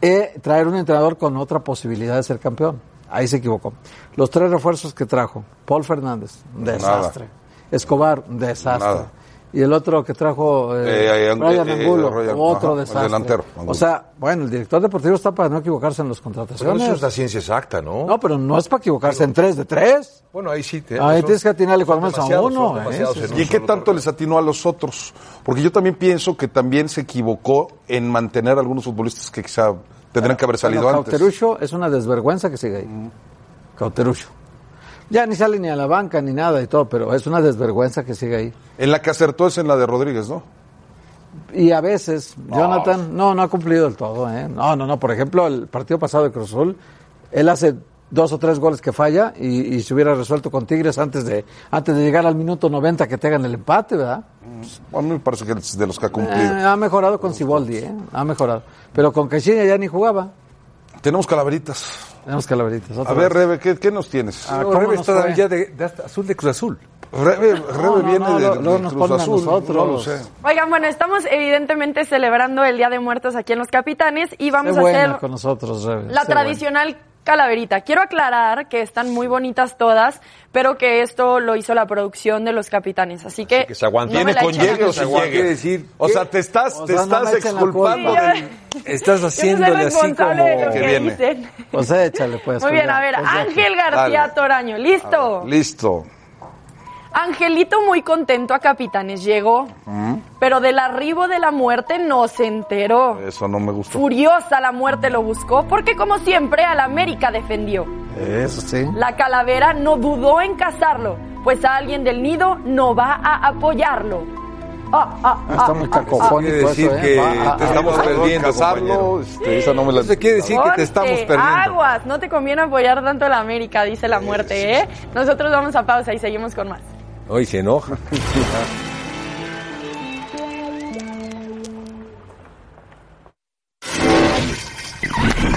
Eh, traer un entrenador con otra posibilidad de ser campeón. Ahí se equivocó. Los tres refuerzos que trajo. Paul Fernández, desastre. Escobar, desastre.
Nada.
Y el otro que trajo eh,
Eh, eh,
Brian
eh, eh,
Angulo,
Brian,
otro
ajá, el
desastre.
delantero, Angulo. Pues,
o sea, bueno, el director deportivo está para no equivocarse en las
Pero
contrataciones.
eso es la ciencia exacta, ¿no?
No, pero no es Ah, este para equivocarse en tres de tres.
Bueno, ahí sí.
Ah,
Ahí
te- ¿Eh? son-
tienes que atinarle
son
cuando menos a
demasiados, son
uno, ¿eh?
demasiados
Sí,
en
sí,
un
¿Y en qué
solo
tanto les atinó a los otros? Porque yo también pienso que también se equivocó en mantener a algunos futbolistas que quizá tendrían que haber salido
Bueno,
antes. Mm.
Cauterucho es una desvergüenza que sigue ahí. Cauterucho. Ya ni sale ni a la banca ni nada y todo, pero es una desvergüenza que sigue ahí.
En la que acertó es en la de Rodríguez, ¿no?
Y a veces, Jonathan, no, no ha cumplido del todo. ¿eh? No, no, no. Por ejemplo, el partido pasado de Cruz Azul, él hace dos o tres goles que falla y, y se hubiera resuelto con Tigres antes de, antes de llegar al minuto 90 que te hagan el empate, ¿verdad?
Mm, A mí me parece que es de los que ha
Eh,
cumplido.
ha mejorado con Siboldi, ¿eh? ha mejorado. Pero con Caixinha ya ni jugaba.
Tenemos calaveritas.
Tenemos calaveritas. otra
A ver,
vez.
Rebe, ¿qué, qué nos tienes?
Ah,
No,
¿cómo
Rebe
nos
está
fue?
ya de, de hasta azul de Cruz Azul.
Rebe, Rebe
no,
viene
no,
de,
lo-
de
luego nos
Cruz
ponen a
Azul. No lo
nosotros.
sé.
Oigan, bueno, estamos evidentemente celebrando el Día de Muertos aquí en Los Capitanes y vamos
Sé
a
buena
hacer
con nosotros, Rebe,
La
sé buena.
tradicional calaverita. Quiero aclarar que están muy bonitas todas, pero que esto lo hizo la producción de los capitanes. Así que.
que se aguante.
Eh,
Viene
me la
con
echen a
llegue o
mí.
sin
Quiere
llegue.
decir
o
que-
sea, te estás,
O
te
sea, no
estás
me echen la
exculpando
culpa.
del-
Estás
Yo no soy
haciéndole así como...
responsable de lo
que
que,
viene.
dicen.
Pues échale, pues.
Muy
pues,
bien,
ya,
a ver,
pues, ya.
Ángel García
Dale.
Toraño, listo.
Listo.
Angelito muy contento a Capitanes llegó,
Mm.
pero del arribo de la muerte no se enteró.
Eso no me gustó.
Furiosa la muerte lo buscó porque como siempre al América defendió.
Eso sí.
La calavera no dudó en cazarlo, pues alguien del nido no va a apoyarlo. Ah, ah, ah,
Está muy
ah, ah.
cacofónico
Quiere decir
eso, ¿eh?
que
Va, ah,
te
ah,
estamos
ah,
perdiendo, compañero.
este, esa no me la...
Eso quiere decir que te estamos
Ponte,
perdiendo.
Aguas, no te conviene apoyar tanto a la América, dice la muerte, ¿eh? Nosotros vamos a pausa y seguimos con más.
Hoy se enoja.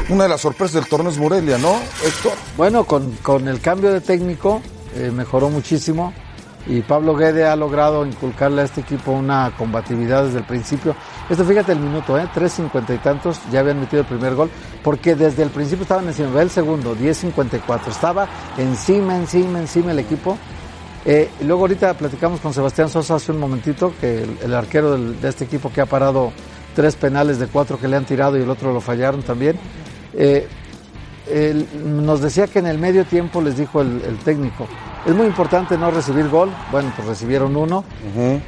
Una de las sorpresas del torneo es Morelia, ¿no, Héctor?
Bueno, con, con el cambio de técnico eh, mejoró muchísimo y Pablo Guede ha logrado inculcarle a este equipo una combatividad desde el principio. Esto fíjate el minuto, ¿eh? 3.50 y tantos, ya habían metido el primer gol, porque desde el principio estaban encima, ve el segundo, 10.54, estaba encima, encima, encima el equipo. Eh, y luego ahorita platicamos con Sebastián Sosa hace un momentito, que el, el arquero del- de este equipo que ha parado tres penales de cuatro que le han tirado y el otro lo fallaron también. Eh, el- nos decía que en el medio tiempo les dijo el, el técnico, es muy importante no recibir gol, bueno, pues recibieron uno,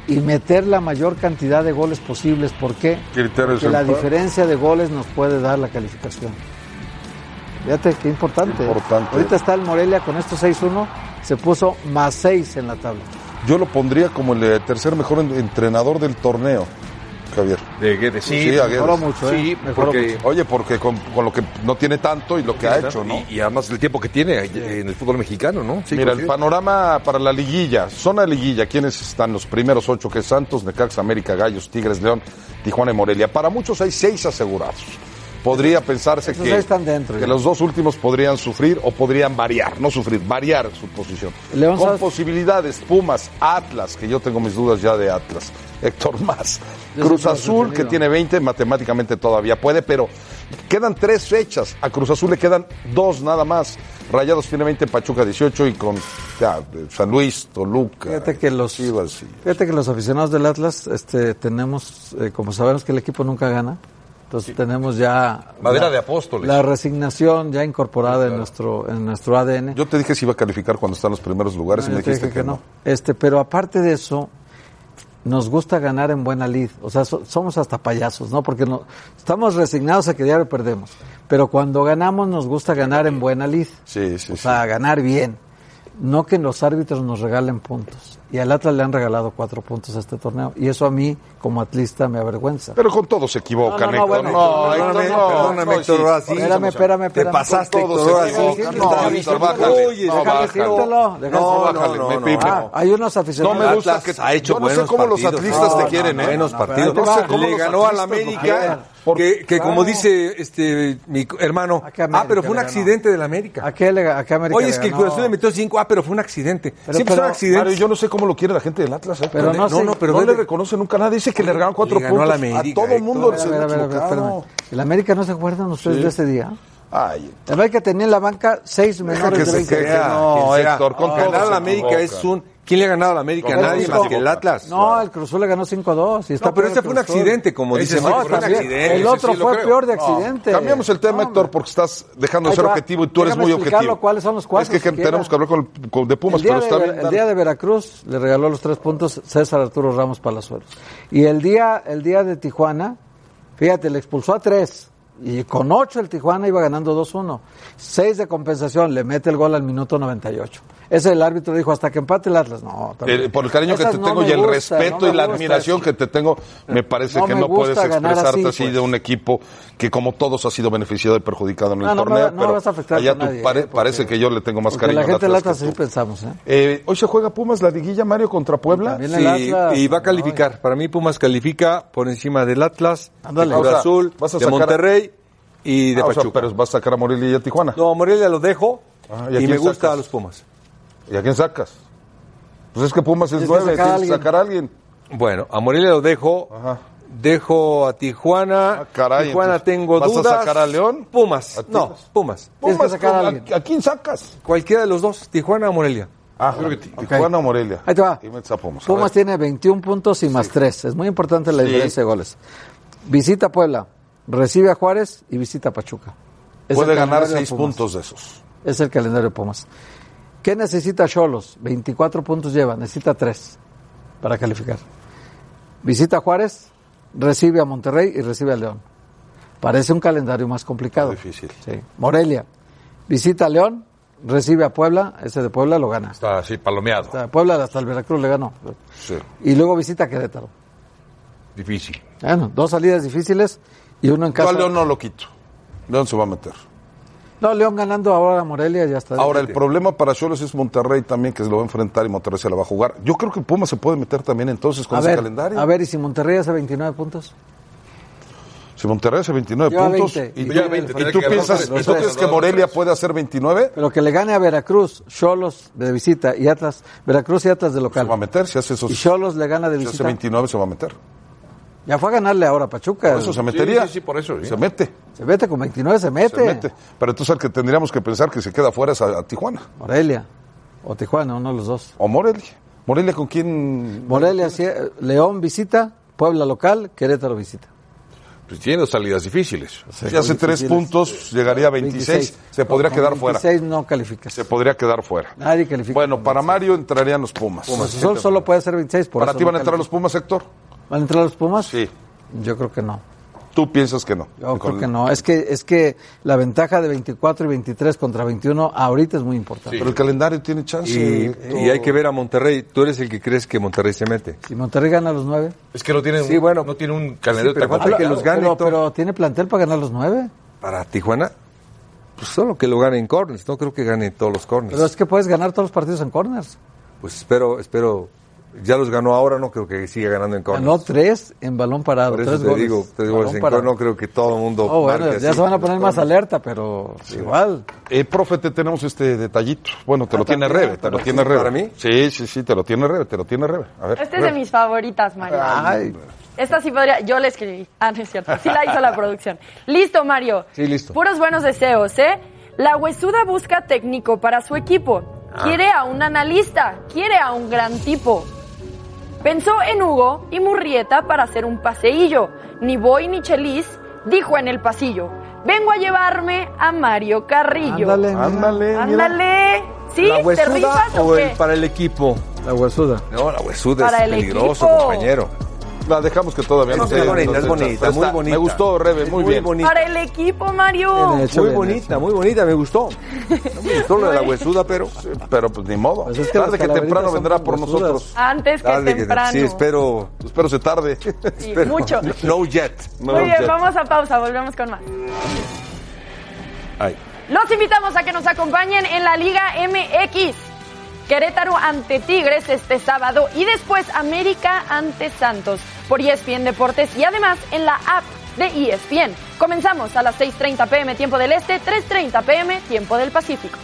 y meter la mayor cantidad de goles posibles, ¿por qué?
Criterio
Porque la
central.
diferencia de goles nos puede dar la calificación. Fíjate qué importante. ¿eh?
Importante.
Ahorita está el Morelia con estos 6-1, se puso más 6 en la tabla.
Yo lo pondría como el eh, tercer mejor en- entrenador del torneo, Javier.
De Guedes. Sí,
Sí, a Guedes.
Mejoró mucho, ¿eh?
Sí,
Mejoró
porque-
mucho.
Oye, porque con, con lo que no tiene tanto y lo que ha hecho, ¿no?
Y, y además el tiempo que tiene en el fútbol mexicano, ¿no? Sí,
Mira, el
coincido.
panorama para la liguilla, zona de liguilla, ¿quiénes están los primeros ocho? Que es Santos, Necaxa, América, Gallos, Tigres, León, Tijuana y Morelia. Para muchos hay seis asegurados. Podría pensarse
Esos
que,
seis están dentro, ¿eh?
que
ya.
los dos últimos podrían sufrir o podrían variar, no sufrir, variar su posición.
León,
Con
¿sabes?
posibilidades, Pumas, Atlas, que yo tengo mis dudas ya de Atlas, [laughs] Héctor Más,
Yo
Cruz
siempre los he
Azul, que
tenido.
tiene 20, matemáticamente todavía puede, pero quedan tres fechas. A Cruz Azul le quedan dos nada más. Rayados tiene 20, Pachuca 18 y con ya, eh, San Luis, Toluca.
Fíjate que los,
Chivas y-
fíjate que los aficionados del Atlas este, tenemos, eh, como sabemos que el equipo nunca gana, entonces tenemos ya...
Madera
la-
de apóstoles.
La resignación ya incorporada en, nuestro, en nuestro ADN.
Yo te dije si iba a calificar cuando están los primeros lugares
No,
y
yo
me
te
dijiste
dije
que, no.
Este, pero aparte de eso, nos gusta ganar en buena lid. O sea, so- somos hasta payasos, ¿no? Porque no, estamos resignados a que diario perdemos. Pero cuando ganamos nos gusta ganar en buena lid.
Sí, sí,
O
sí.
sea, ganar bien. No que los árbitros nos regalen puntos. Y al Atlas le han regalado cuatro puntos a este torneo. Y eso a mí, como atlista, me avergüenza.
Pero con todo se equivocan,
No, no, no,
Héctor.
bueno,
no,
perdóname,
Héctor, no,
perdóname,
no,
Héctor,
sí.
ahora sí.
Espérame, espérame,
Te
espérame.
pasaste,
Con todo
Héctor, ahora
se
sí.
equivocan.
No,
Déjame
Víctor,
decírtelo.
bájale.
Déjame
No,
decírtelo, déjame
No,
decírtelo.
bájale,
No,
mi
no, no.
primo.
Ah, hay unos
No
aficionados.
me gusta
Atlas
que
ha hecho
yo no sé
buenos
cómo los
partidos.
atlistas
No,
te
no,
quieren,
no,
¿eh?
no,
Buenos
no,
partidos.
pero ahí te va.
Le
los
ganó a la
atlistas nos quieren.
América.
Por-
Que, que como
Claro.
dice este mi co- hermano,
¿A qué
ah,
América
pero fue un
le ganó?
accidente del América.
¿A qué, le- a qué América
Oye,
le
es que el
ganó?
Cruz Azul le metió cinco, ah, pero fue un accidente.
Pero-
Siempre son
pero-
Mario,
accidentes.
yo no sé cómo lo quiere la gente del Atlas, ¿eh?
Pero no sé-
pero
no
vete-
le reconoce nunca nada. Dice que le regalaron cuatro
Le ganó a
puntos.
la
A,
América,
todo el
Héctor.
mundo
A
se
ver, a ver, a ver,
equivocado.
espérame. ¿El América no se acuerdan ustedes de ese día?
Ay,
La verdad que tenía en la banca seis menores
que
de
se
20
queje.
años.
no,
quien sea.
Héctor, con
Ganar
todo
a la
se
América
equivocan.
es un. ¿Quién le ha ganado a la América?
Con todo
Nadie
se
más que el
equivocan.
Atlas.
No, el Cruz Azul le ganó 5-2. Y está
No, pero
peor
ese
el
fue un
Cruz Azul.
accidente, como
Ese
dice
sí
Mike,
fue un
fue un
También,
accidente.
el
ese
otro
sí lo
fue
creo.
peor de
No.
accidente.
Cambiamos el tema,
No, hombre.
Héctor, porque estás dejando de
Ahí
ser
te va.
objetivo y tú eres
Déjame
muy
explicarlo,
objetivo.
¿cuáles son los cuatro,
Es que
si quieres?
tenemos que hablar con el- con- de Pumas,
el día,
pero está
de,
bien.
el día de Veracruz le regaló los tres puntos César Arturo Ramos Palazuelos. Y el día, el día de Tijuana, fíjate, le expulsó a tres. Y con ocho el Tijuana iba ganando 2-1. Seis de compensación, le mete el gol al minuto 98. Ese el árbitro dijo, hasta que empate el Atlas. No,
Eh,
también.
por el cariño que
Esas
te
no
tengo
me
y el
gusta,
respeto
no me
y la
gusta.
admiración que te tengo, me parece
No
que
me
no puedes
gusta ganar
expresarte así,
así, pues.
de un equipo que como todos ha sido beneficiado y perjudicado en el
Ah, No, no me
torneo,
va- no
pero
vas a afectar
allá
a
tú
nadie,
pare-
eh, porque-
parece que yo le tengo más
Porque
cariño
la
al
gente del
Atlas que
Atlas sí
tú.
pensamos. ¿eh?
Eh, hoy se juega Pumas la liguilla Mario contra Puebla.
También el
Sí,
Atlas,
Ah,
y va a
no,
calificar. Para mí Pumas califica por encima del Atlas,
Ándale.
de Cruz
O sea,
Azul,
vas a
de
sacar a-
Monterrey y de
Ah, o sea,
Pachuca.
pero vas a sacar a Morelia y a Tijuana.
No, a Morelia lo dejo
Ah, ¿y
y,
a quién
me gusta
sacas?
a los Pumas.
¿Y a quién sacas? Pues es que Pumas es
Tienes que
nueve,
sacar a
tienes que
alguien.
sacar a alguien.
Bueno, a Morelia lo dejo.
Ajá.
Dejo a Tijuana.
Ah, caray,
Tijuana
entonces,
tengo
¿vas a
dudas.
sacar a León?
Pumas.
¿A ti?
no, Pumas.
Tienes que sacar a
¿a-
alguien.
¿a quién sacas?
Cualquiera de los dos, Tijuana o Morelia.
Ah, Tijuana o Morelia.
Ahí te va.
Y metes a Pumas.
Pumas tiene 21 puntos y más 3. Es muy importante la diferencia de goles. Visita Puebla, recibe a Juárez y visita Pachuca. Es
Puede
el
ganar
calendario de
seis
Pumas.
puntos de esos.
Es el calendario de Pumas. ¿Qué necesita Cholos? 24 puntos lleva, necesita 3 para calificar. Visita a Juárez, recibe a Monterrey y recibe a León. Parece un calendario más complicado.
Más difícil.
Sí. Morelia, visita a León, recibe a Puebla, ese de Puebla lo gana.
Ah,
Está así, palomeado.
Hasta Puebla hasta el Veracruz le ganó.
Sí.
Y luego visita a Querétaro.
Difícil.
Bueno, dos salidas difíciles y uno en
Yo
casa.
a León no lo quito. León se va a meter.
No, León ganando ahora a Morelia ya está.
Ahora, el problema para Cholos es Monterrey también, que se lo va a enfrentar y Monterrey se la va a jugar. Yo creo que Pumas se puede meter también entonces con
a
ese
ver,
calendario.
a ver, ¿y si Monterrey hace 29 puntos?
Si Monterrey hace 29
Lleva
puntos
20.
y,
Lleva
tú-
20,
y
tiene
tú
que
piensas,
ganar
¿y tú
tres.
crees que Morelia puede hacer 29?
Pero que le gane a Veracruz, Cholos de visita y Atlas, Veracruz y Atlas de
Se
local.
va a meter si hace esos.
Y Cholos le gana de
si hace
visita.
29 se va a meter.
Ya fue a ganarle ahora a Pachuca.
Por eso se metería.
sí, sí, por eso, ¿eh? sí.
Se mete.
Se mete con 29, se mete.
Se mete. Pero entonces el que tendríamos que pensar que se queda fuera es a, a Tijuana
Morelia o Tijuana, uno de los dos.
o Morelia. Morelia con quién
Morelia, sí, eh, León visita, Puebla local, Querétaro visita.
Pues tiene dos salidas difíciles.
si hace tres puntos llegaría a 26, se podría
Con
quedar fuera.
26 no calificas.
Se podría quedar fuera.
Nadie califica.
Bueno, para Mario entrarían los Pumas.
Cruz Azul Pues, solo puede ser 26. Por
para
eso
ti
no
van a entrar los
califica.
Pumas, Héctor.
¿Van a entrar los Pumas?
Sí.
Yo creo que no.
Tú piensas que no.
Yo
Con-
creo que no. Es que, es que la ventaja de 24 y 23 contra 21 ahorita es muy importante. eh,
Pero el calendario tiene chance.
Y, y hay que ver a Monterrey. Tú eres el que crees que Monterrey se mete.
Si Monterrey gana los 9.
Es que no tiene,
Sí, bueno.
no tiene un calendario
Sí, pero
tan
falta que
complicado.
los gane,
Pero,
Héctor.
pero tiene plantel para ganar los 9.
Para Tijuana, pues solo que lo gane en corners. No creo que gane todos los corners.
Pero es que puedes ganar todos los partidos en corners.
Pues espero, espero. Ya los ganó ahora, no creo que siga ganando en corners.
Ganó 3 en balón parado.
Por eso
tres
te
goles.
digo, te digo,
Balón
en
parado.
corners no creo que todo el mundo.
Oh, bueno,
marque
ya
así
se van a
los
poner más
corners.
alerta, pero igual.
Eh, profe, te tenemos este detallito. Bueno, te lo tiene
también,
Rebe, te lo tiene Rebe.
Ah, ¿Para mí?
Sí, sí, sí, te lo tiene Rebe, te lo tiene Rebe. A ver.
Esta Este es de
Rebe.
mis favoritas, Mario.
Ay,
Esta sí podría, yo la escribí. Ah, no es cierto. Sí la hizo la producción. Listo, Mario.
Sí, listo.
Puros buenos deseos, ¿eh? La huesuda busca técnico para su equipo.
Ah.
Quiere a un analista, quiere a un gran tipo. Pensó en Hugo y Murrieta para hacer un paseillo. Ni voy ni Chelis, dijo en el pasillo. Vengo a llevarme a Mario Carrillo.
ándale. mira.
Ándale, mira.
Ándale. ¿Sí?
¿La
¿Te
huesuda
rifas o,
o
qué?
el, para el equipo?
La huesuda.
No, la huesuda
Para
es
el
peligroso,
equipo.
compañero.
La dejamos que todavía
Este No,
se-
está bonita,
se-
es bonita,
pero
muy bonita.
Me gustó, Rebe, muy,
Muy
bien.
bonita.
Para el equipo, Mario.
Bien hecho,
Muy
bien
bonita,
hecho.
muy bonita, me
[laughs]
gustó. No me gustó lo de la huesuda, pero.
Pero pues ni modo.
Pues es que
Tarde
las
que temprano
calaveritas son
vendrá por
huesudas.
nosotros.
Antes que
Tarde que-
temprano.
sí, espero.
Espero se tarde.
Sí,
[laughs] espero-
mucho.
No yet. No
Muy bien,
yet.
vamos a pausa, volvemos con más.
Ay.
Los invitamos a que nos acompañen en la Liga MX. Querétaro ante Tigres este sábado y después América ante Santos por E ESPN Deportes y además en la app de E ESPN. Comenzamos a las 6.30 pm tiempo del Este, 3.30 pm tiempo del Pacífico.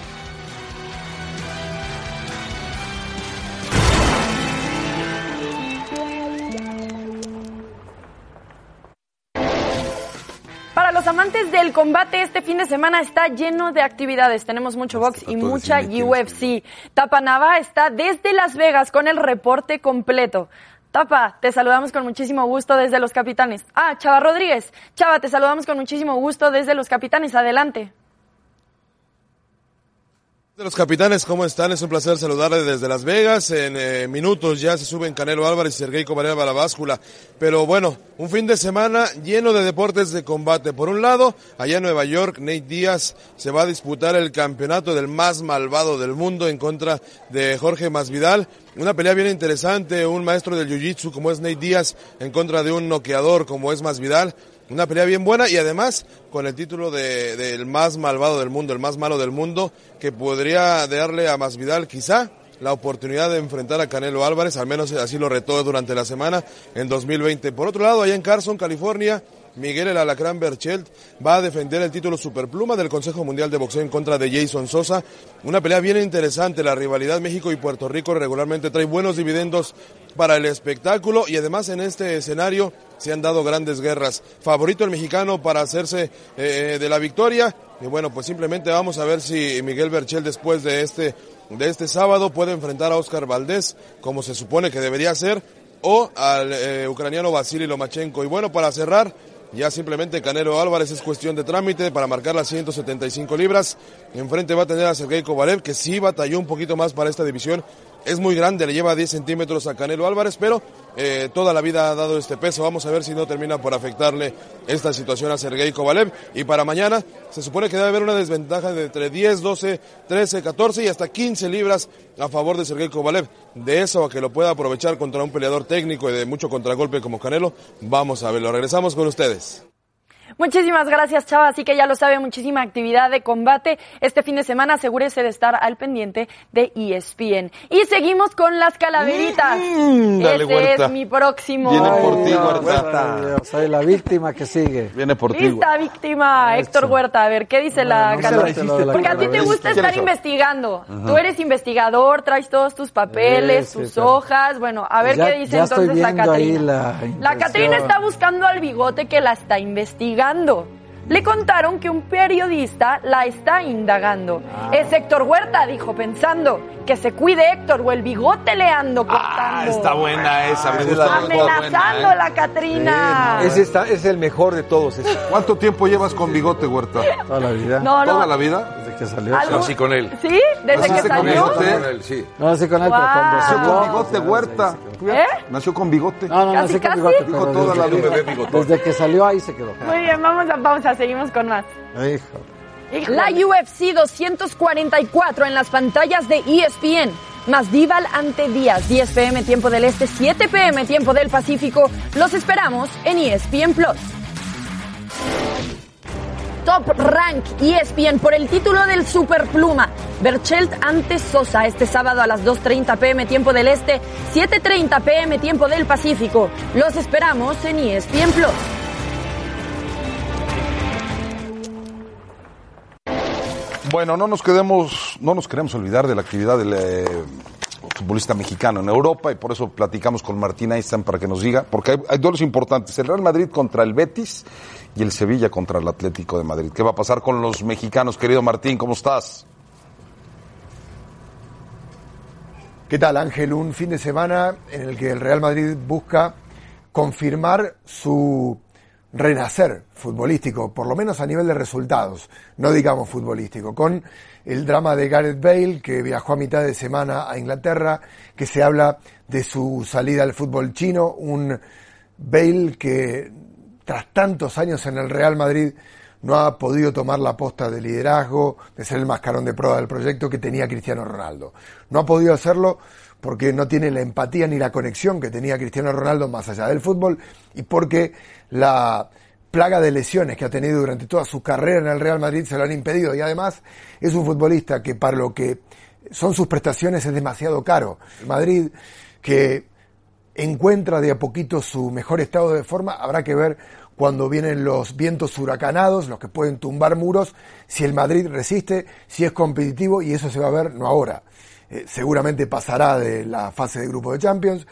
Para los los amantes del combate, este fin de semana está lleno de actividades. Tenemos mucho box y mucha UFC. Tapanava está desde Las Vegas con el reporte completo. Tapa, te saludamos con muchísimo gusto desde Los Capitanes. Ah, Chava Rodríguez. Chava, te saludamos con muchísimo gusto desde Los Capitanes. Adelante.
De los capitanes, ¿cómo están? Es un placer saludarles desde Las Vegas. En eh, minutos ya se suben Canelo Álvarez y Sergey Kovalev a la báscula. Pero bueno, un fin de semana lleno de deportes de combate. Por un lado, allá en Nueva York, Nate Díaz se va a disputar el campeonato del más malvado del mundo en contra de Jorge Masvidal. Una pelea bien interesante, un maestro del jiu-jitsu como es Nate Díaz en contra de un noqueador como es Masvidal. Una pelea bien buena y además con el título del de, el más malvado del mundo, el más malo del mundo, que podría darle a Masvidal quizá la oportunidad de enfrentar a Canelo Álvarez, al menos así lo retó durante la semana en 2020. Por otro lado, allá en Carson, California, Miguel el Alacrán Berchelt va a defender el título superpluma del Consejo Mundial de Boxeo en contra de Jason Sosa. Una pelea bien interesante, la rivalidad México y Puerto Rico regularmente trae buenos dividendos para el espectáculo y además en este escenario se han dado grandes guerras. Favorito el mexicano para hacerse eh, de la victoria y bueno, pues simplemente vamos a ver si Miguel Berchelt después de este de este sábado puede enfrentar a Oscar Valdés como se supone que debería ser o al eh, ucraniano Vasily Lomachenko. Y bueno, para cerrar, ya simplemente Canelo Álvarez es cuestión de trámite para marcar las 175 libras. Enfrente va a tener a Sergey Kovalev, que sí batalló un poquito más para esta división. Es muy grande, le lleva 10 centímetros a Canelo Álvarez, pero eh, toda la vida ha dado este peso. Vamos a ver si no termina por afectarle esta situación a Sergey Kovalev. Y para mañana se supone que debe haber una desventaja de entre 10, 12, 13, 14 y hasta 15 libras a favor de Sergey Kovalev. De eso a que lo pueda aprovechar contra un peleador técnico y de mucho contragolpe como Canelo, vamos a verlo. Regresamos con ustedes.
Muchísimas gracias, Chava. Así que ya lo sabe, muchísima actividad de combate. Este fin de semana asegúrese de estar al pendiente de E ESPN. Y seguimos con las calaveritas.
Mm, dale,
Ese
Huerta.
es mi próximo.
Viene por ti,
Dios,
Huerta.
ay, Dios, ay, la víctima que sigue.
Viene por ti.
Lista víctima, Héctor Huerta. A ver, ¿qué dice la
no se la
calavera?
hiciste tú,
Porque a ti te
calavera.
gusta
¿Quieres
estar
saber?
investigando. Tú eres investigador, traes todos tus papeles,
Sí, sí,
tus
claro.
hojas. Bueno, a ver
Ya-
qué dice
ya estoy
entonces la
viendo ahí
Catrina.
la
La Catrina
impresión.
está buscando al bigote que la está investigando. Le contaron que un periodista la está indagando.
Ah.
Es Héctor Huerta, dijo, pensando que se cuide Héctor o el bigote le ando cortando.
Ah, está buena esa, me gusta.
Amenazando
buena, ¿eh?
la Catrina.
Ese está- es el mejor de todos. ese.
¿Cuánto tiempo llevas con bigote, Huerta?
Toda la vida.
No, no.
¿Toda la vida?
Desde que salió.
Algo-
No, sí, con él.
¿Sí? ¿Desde
¿Así
que
se comió?
salió?
¿Sí?
Con él, sí.
No, sí, con él, pero cuando
Wow.
salió,
Con bigote,
o sea,
Huerta.
¿Eh?
Nació con bigote.
No, no, no,
Casi,
sí, con
casi.
bigote,
Dijo
pero
toda la
desde
vida.
que-
Bebé bigotón.
Desde que salió ahí se quedó.
Muy bien, vamos a pausa, seguimos con más.
Hijo.
La UFC 244 en las pantallas de E ESPN. Masdíbal ante Díaz, 10 pm tiempo del Este, 7 pm tiempo del Pacífico. Los esperamos en E ESPN Plus. Top Rank E ESPN por el título del Superpluma. Berchelt ante Sosa este sábado a las 2.30 pm tiempo del Este, 7.30 pm tiempo del Pacífico. Los esperamos en E ESPN Plus.
Bueno, no nos quedemos, no nos queremos olvidar de la actividad del eh, futbolista mexicano en Europa y por eso platicamos con Martín Einstein para que nos diga, porque hay, hay duelos importantes, el Real Madrid contra el Betis y el Sevilla contra el Atlético de Madrid. ¿Qué va a pasar con los mexicanos, querido Martín? ¿Cómo estás?
¿Qué tal, Ángel? Un fin de semana en el que el Real Madrid busca confirmar su renacer futbolístico, por lo menos a nivel de resultados, no digamos futbolístico, con el drama de Gareth Bale, que viajó a mitad de semana a Inglaterra, que se habla de su salida al fútbol chino, un Bale que tras tantos años en el Real Madrid no ha podido tomar la posta de liderazgo, de ser el mascarón de prueba del proyecto que tenía Cristiano Ronaldo. No ha podido hacerlo porque no tiene la empatía ni la conexión que tenía Cristiano Ronaldo más allá del fútbol y porque la plaga de lesiones que ha tenido durante toda su carrera en el Real Madrid se lo han impedido y además es un futbolista que para lo que son sus prestaciones es demasiado caro. El Madrid que encuentra de a poquito su mejor estado de forma, habrá que ver cuando vienen los vientos huracanados, los que pueden tumbar muros, si el Madrid resiste, si es competitivo, y eso se va a ver no ahora. Eh, seguramente pasará de la fase de grupo de Champions.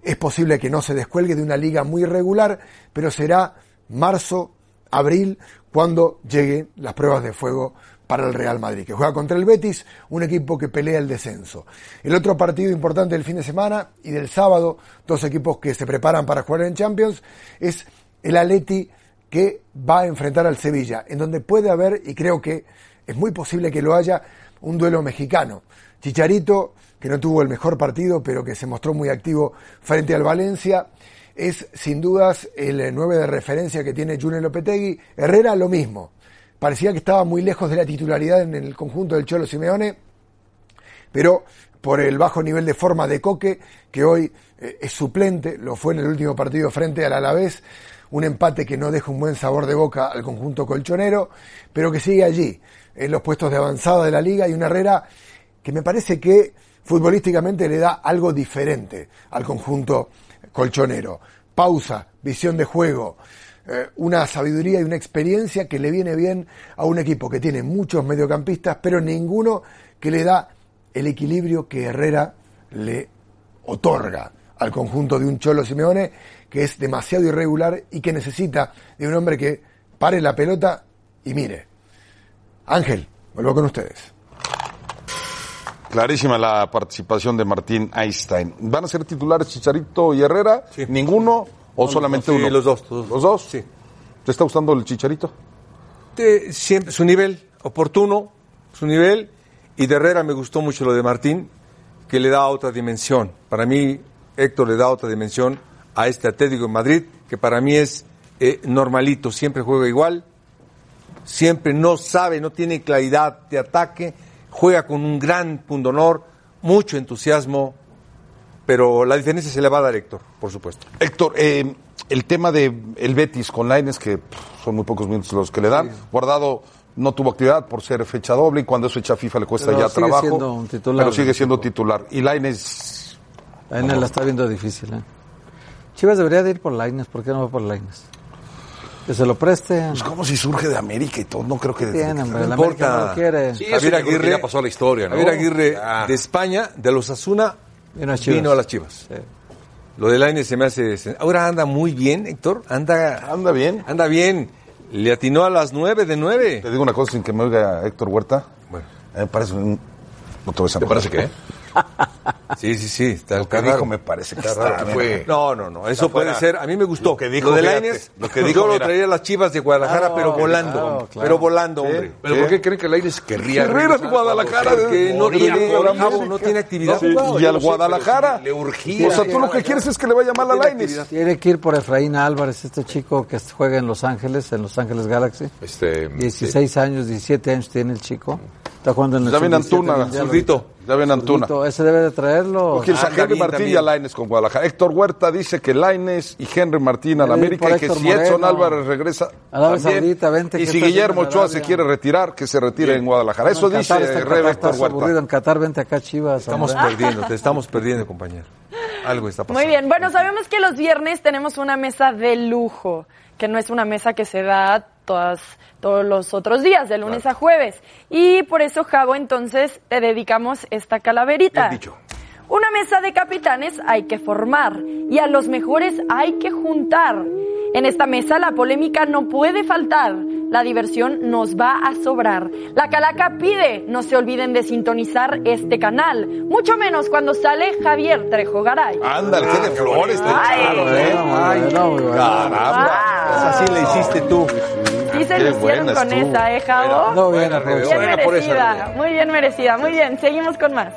Es posible que no se descuelgue de una liga muy regular, pero será marzo, abril, cuando lleguen las pruebas de fuego para el Real Madrid, que juega contra el Betis, un equipo que pelea el descenso. El otro partido importante del fin de semana y del sábado, dos equipos que se preparan para jugar en Champions, es el Atleti que va a enfrentar al Sevilla, en donde puede haber, y creo que es muy posible que lo haya, un duelo mexicano. Chicharito, que no tuvo el mejor partido, pero que se mostró muy activo frente al Valencia, es sin dudas el 9 de referencia que tiene Junior Lopetegui. Herrera lo mismo. Parecía que estaba muy lejos de la titularidad en el conjunto del Cholo Simeone, pero por el bajo nivel de forma de Coque, que hoy eh, es suplente, lo fue en el último partido frente al Alavés, un empate que no deja un buen sabor de boca al conjunto colchonero, pero que sigue allí, en los puestos de avanzada de la liga y una Herrera que me parece que futbolísticamente le da algo diferente al conjunto colchonero. Pausa, visión de juego, eh, una sabiduría y una experiencia que le viene bien a un equipo que tiene muchos mediocampistas, pero ninguno que le da el equilibrio que Herrera le otorga al conjunto de un Cholo Simeone que es demasiado irregular y que necesita de un hombre que pare la pelota y mire. Ángel, vuelvo con ustedes.
Clarísima la participación de Martín Einstein. ¿Van a ser titulares Chicharito y Herrera? ¿Ninguno o
No,
solamente
sí,
uno?
los dos,
¿Los dos? Sí. ¿Te está gustando el Chicharito?
Te- siempre su nivel oportuno, su nivel. Y de Herrera me gustó mucho lo de Martín, que le da otra dimensión. Para mí, Héctor le da otra dimensión a este Atlético de Madrid, que para mí es eh, normalito, siempre juega igual, siempre no sabe, no tiene claridad de ataque, juega con un gran pundonor, mucho entusiasmo, pero la diferencia se le va a dar a Héctor, por supuesto.
Héctor, eh, el tema de el Betis con Laines, que pff, son muy pocos minutos los que le dan. Guardado no tuvo actividad por ser fecha doble y cuando es fecha FIFA le cuesta
Pero
ya
sigue
trabajo.
siendo un titular.
Pero sigue siendo titular. Y Laines.
Lainez la está viendo difícil. ¿eh? Chivas debería de ir por Lainez, ¿por qué no va por Lainez? Que se lo preste.
Pues como si surge de América y todo, no creo que de
Tienen, hombre,
No
la América no lo quiere.
Sí, Javier Aguirre
ya pasó a la historia, ¿no?
Javier Aguirre
Ah.
de España, de los Asuna,
Vino a Chivas.
vino a las Chivas. Lo de Lainez se me hace. sen- Ahora anda muy bien, Héctor. Anda,
anda bien.
Anda bien. Le atinó a las nueve de nueve.
Te digo una cosa sin que me oiga Héctor Huerta. Bueno. Me parece un. No te ves a
¿Te
enojar.
parece
[laughs]
qué? Sí, sí, sí. Está
Lo que
raro.
dijo me parece que está raro.
fue-
No, no, no. Eso
Está
puede
fuera.
ser. A mí me gustó.
Lo que dijo,
Lo de
fíjate,
Lainez,
lo que dijo,
yo lo
mira.
traería a las Chivas de Guadalajara,
Claro,
pero volando.
claro, claro.
Pero volando, hombre.
Pero ¿por qué creen que el Aires querría regresar a
Guadalajara,
Guadalajara?
que no
Moría
tiene-
por
no-
América.
no tiene actividad.
Sí, y al Guadalajara.
Le
urgía.
O sea, tú lo que quieres es que le vaya mal a Laines.
Tiene que ir por Efraín Álvarez, este chico que juega en Los Ángeles, en Los Ángeles Galaxy.
Este,
16 años, 17 años tiene el chico. Está jugando en el
Ya ven
sub-17
Antuna,
mundial.
zurdito. Ya ven Antuna.
Zurdito, eh. Ese debe de traerlo.
Quieres a
Ah,
Henry
también,
Martín y
también.
a Laines con Guadalajara. Héctor Huerta dice que Laines y Henry Martín a la
Debe ir
América
por
y que
Héctor
si Edson
Moreno.
Álvarez regresa.
Arabia
también.
Saudita, vente,
y
que
si
está
Guillermo
haciendo en
Ochoa se
Arabia.
quiere retirar, que se retire en Guadalajara. Eso
En Qatar está
dice
en
Rebe
Qatar,
Héctor
estás aburrido
Huerta.
en Qatar, vente acá Chivas.
Estamos
hombre.
perdiendo, te estamos perdiendo, compañero. Algo está pasando.
Muy bien, bueno, sabemos que los viernes tenemos una mesa de lujo, que no es una mesa que se da todas, todos los otros días, de lunes a jueves. Y por eso, Javo, entonces te dedicamos esta calaverita.
Bien dicho.
Una mesa de capitanes hay que formar y a los mejores hay que juntar. En esta mesa la polémica no puede faltar, la diversión nos va a sobrar. La Calaca pide, no se olviden de sintonizar este canal, mucho menos cuando sale Javier Trejo Garay.
Ándale,
Ah,
tiene flores, te
Ay.
echaron, ¿eh?
Bueno, muy bueno, muy bueno.
Caramba.
Esa sí la Pues hiciste tú.
Sí se
Ah, Qué
lucieron
buena
con
estuvo.
esa, ¿eh, Javo?
No, bien,
Buena,
aprovecha.
Rebe,
Bien
buena por esa.
merecida, muy bien merecida, muy bien, seguimos con más.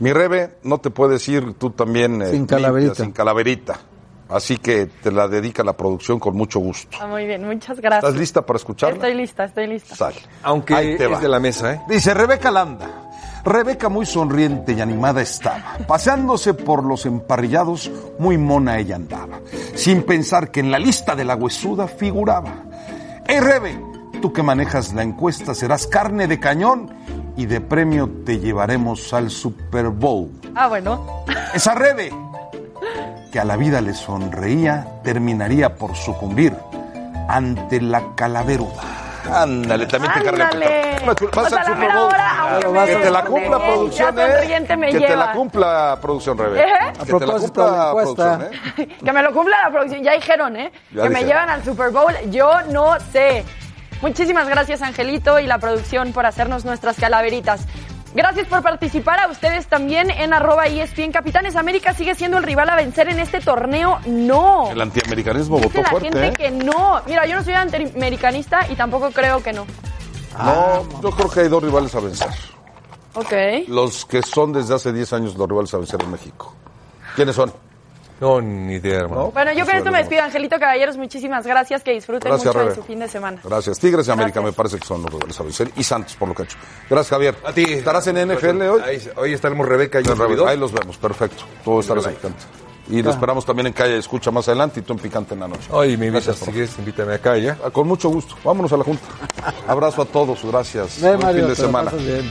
Mi Rebe, no te puedes ir tú también. eh,
Sin
limpia,
calaverita.
sin calaverita. Así que te la dedica la producción con mucho gusto.
Ah, muy bien, muchas gracias.
¿Estás lista para escucharla?
Estoy lista, estoy lista.
Sal.
Aunque
Ahí te
es
va.
de la mesa, ¿eh?
Dice Rebeca Landa. Rebeca muy sonriente y animada estaba, paseándose por los emparrillados, muy mona ella andaba, sin pensar que en la lista de la huesuda figuraba. ¡Ey, Rebe! Tú que manejas la encuesta serás carne de cañón y de premio te llevaremos al Super Bowl.
Ah, bueno.
Esa Rebe, que a la vida le sonreía, terminaría por sucumbir ante la calaveruda. Ándale, también
Ándale.
Una chula-
O sea, la mera hora, aunque me
Que te la cumpla
sonríe,
producción,
ya
eh.
sonriente me
que te la
lleva.
cumpla producción Rebe.
¿Eh?
Que te la cumpla producción, ¿eh?
que me lo cumpla la producción. Ya dijeron, ¿eh?
Ya
que me
dijeron.
llevan al Super Bowl. Yo no sé. Muchísimas gracias, Angelito, y la producción por hacernos nuestras calaveritas. Gracias por participar a ustedes también en arroba E ESPN. Capitanes América sigue siendo el rival a vencer en este torneo. No.
El antiamericanismo
Dice
votó
la
fuerte,
gente
¿eh?
que no. Mira, yo no soy antiamericanista y tampoco creo que no.
No, yo creo que hay dos rivales a vencer.
Ok.
Los que son desde hace 10 años los rivales a vencer en México. ¿Quiénes son? pues
No, ni idea, hermano.
Bueno, yo con esto me despido, Angelito Caballeros. Muchísimas gracias. Que disfruten
Gracias,
mucho de
Rebe.
su fin de semana.
Gracias. Tigres y América me parece que son los rivales a vencer. Y Santos, por lo que ha hecho. Gracias, Javier.
A ti.
¿Estarás en NFL hoy?
Ahí- hoy estaremos Rebeca y
Ahí,
yo. servidor.
los vemos, perfecto. Todo estará expectante. Y lo
Ah.
esperamos también en Calle Escucha más adelante y tú en Picante en la noche. Ah,
Ay, me invitas, si quieres, invítame acá, ¿ya?
Con mucho gusto. Vámonos a la Junta. Abrazo a todos, gracias.
Ve,
Buen
Mario,
fin de
te la
semana.
pasas bien.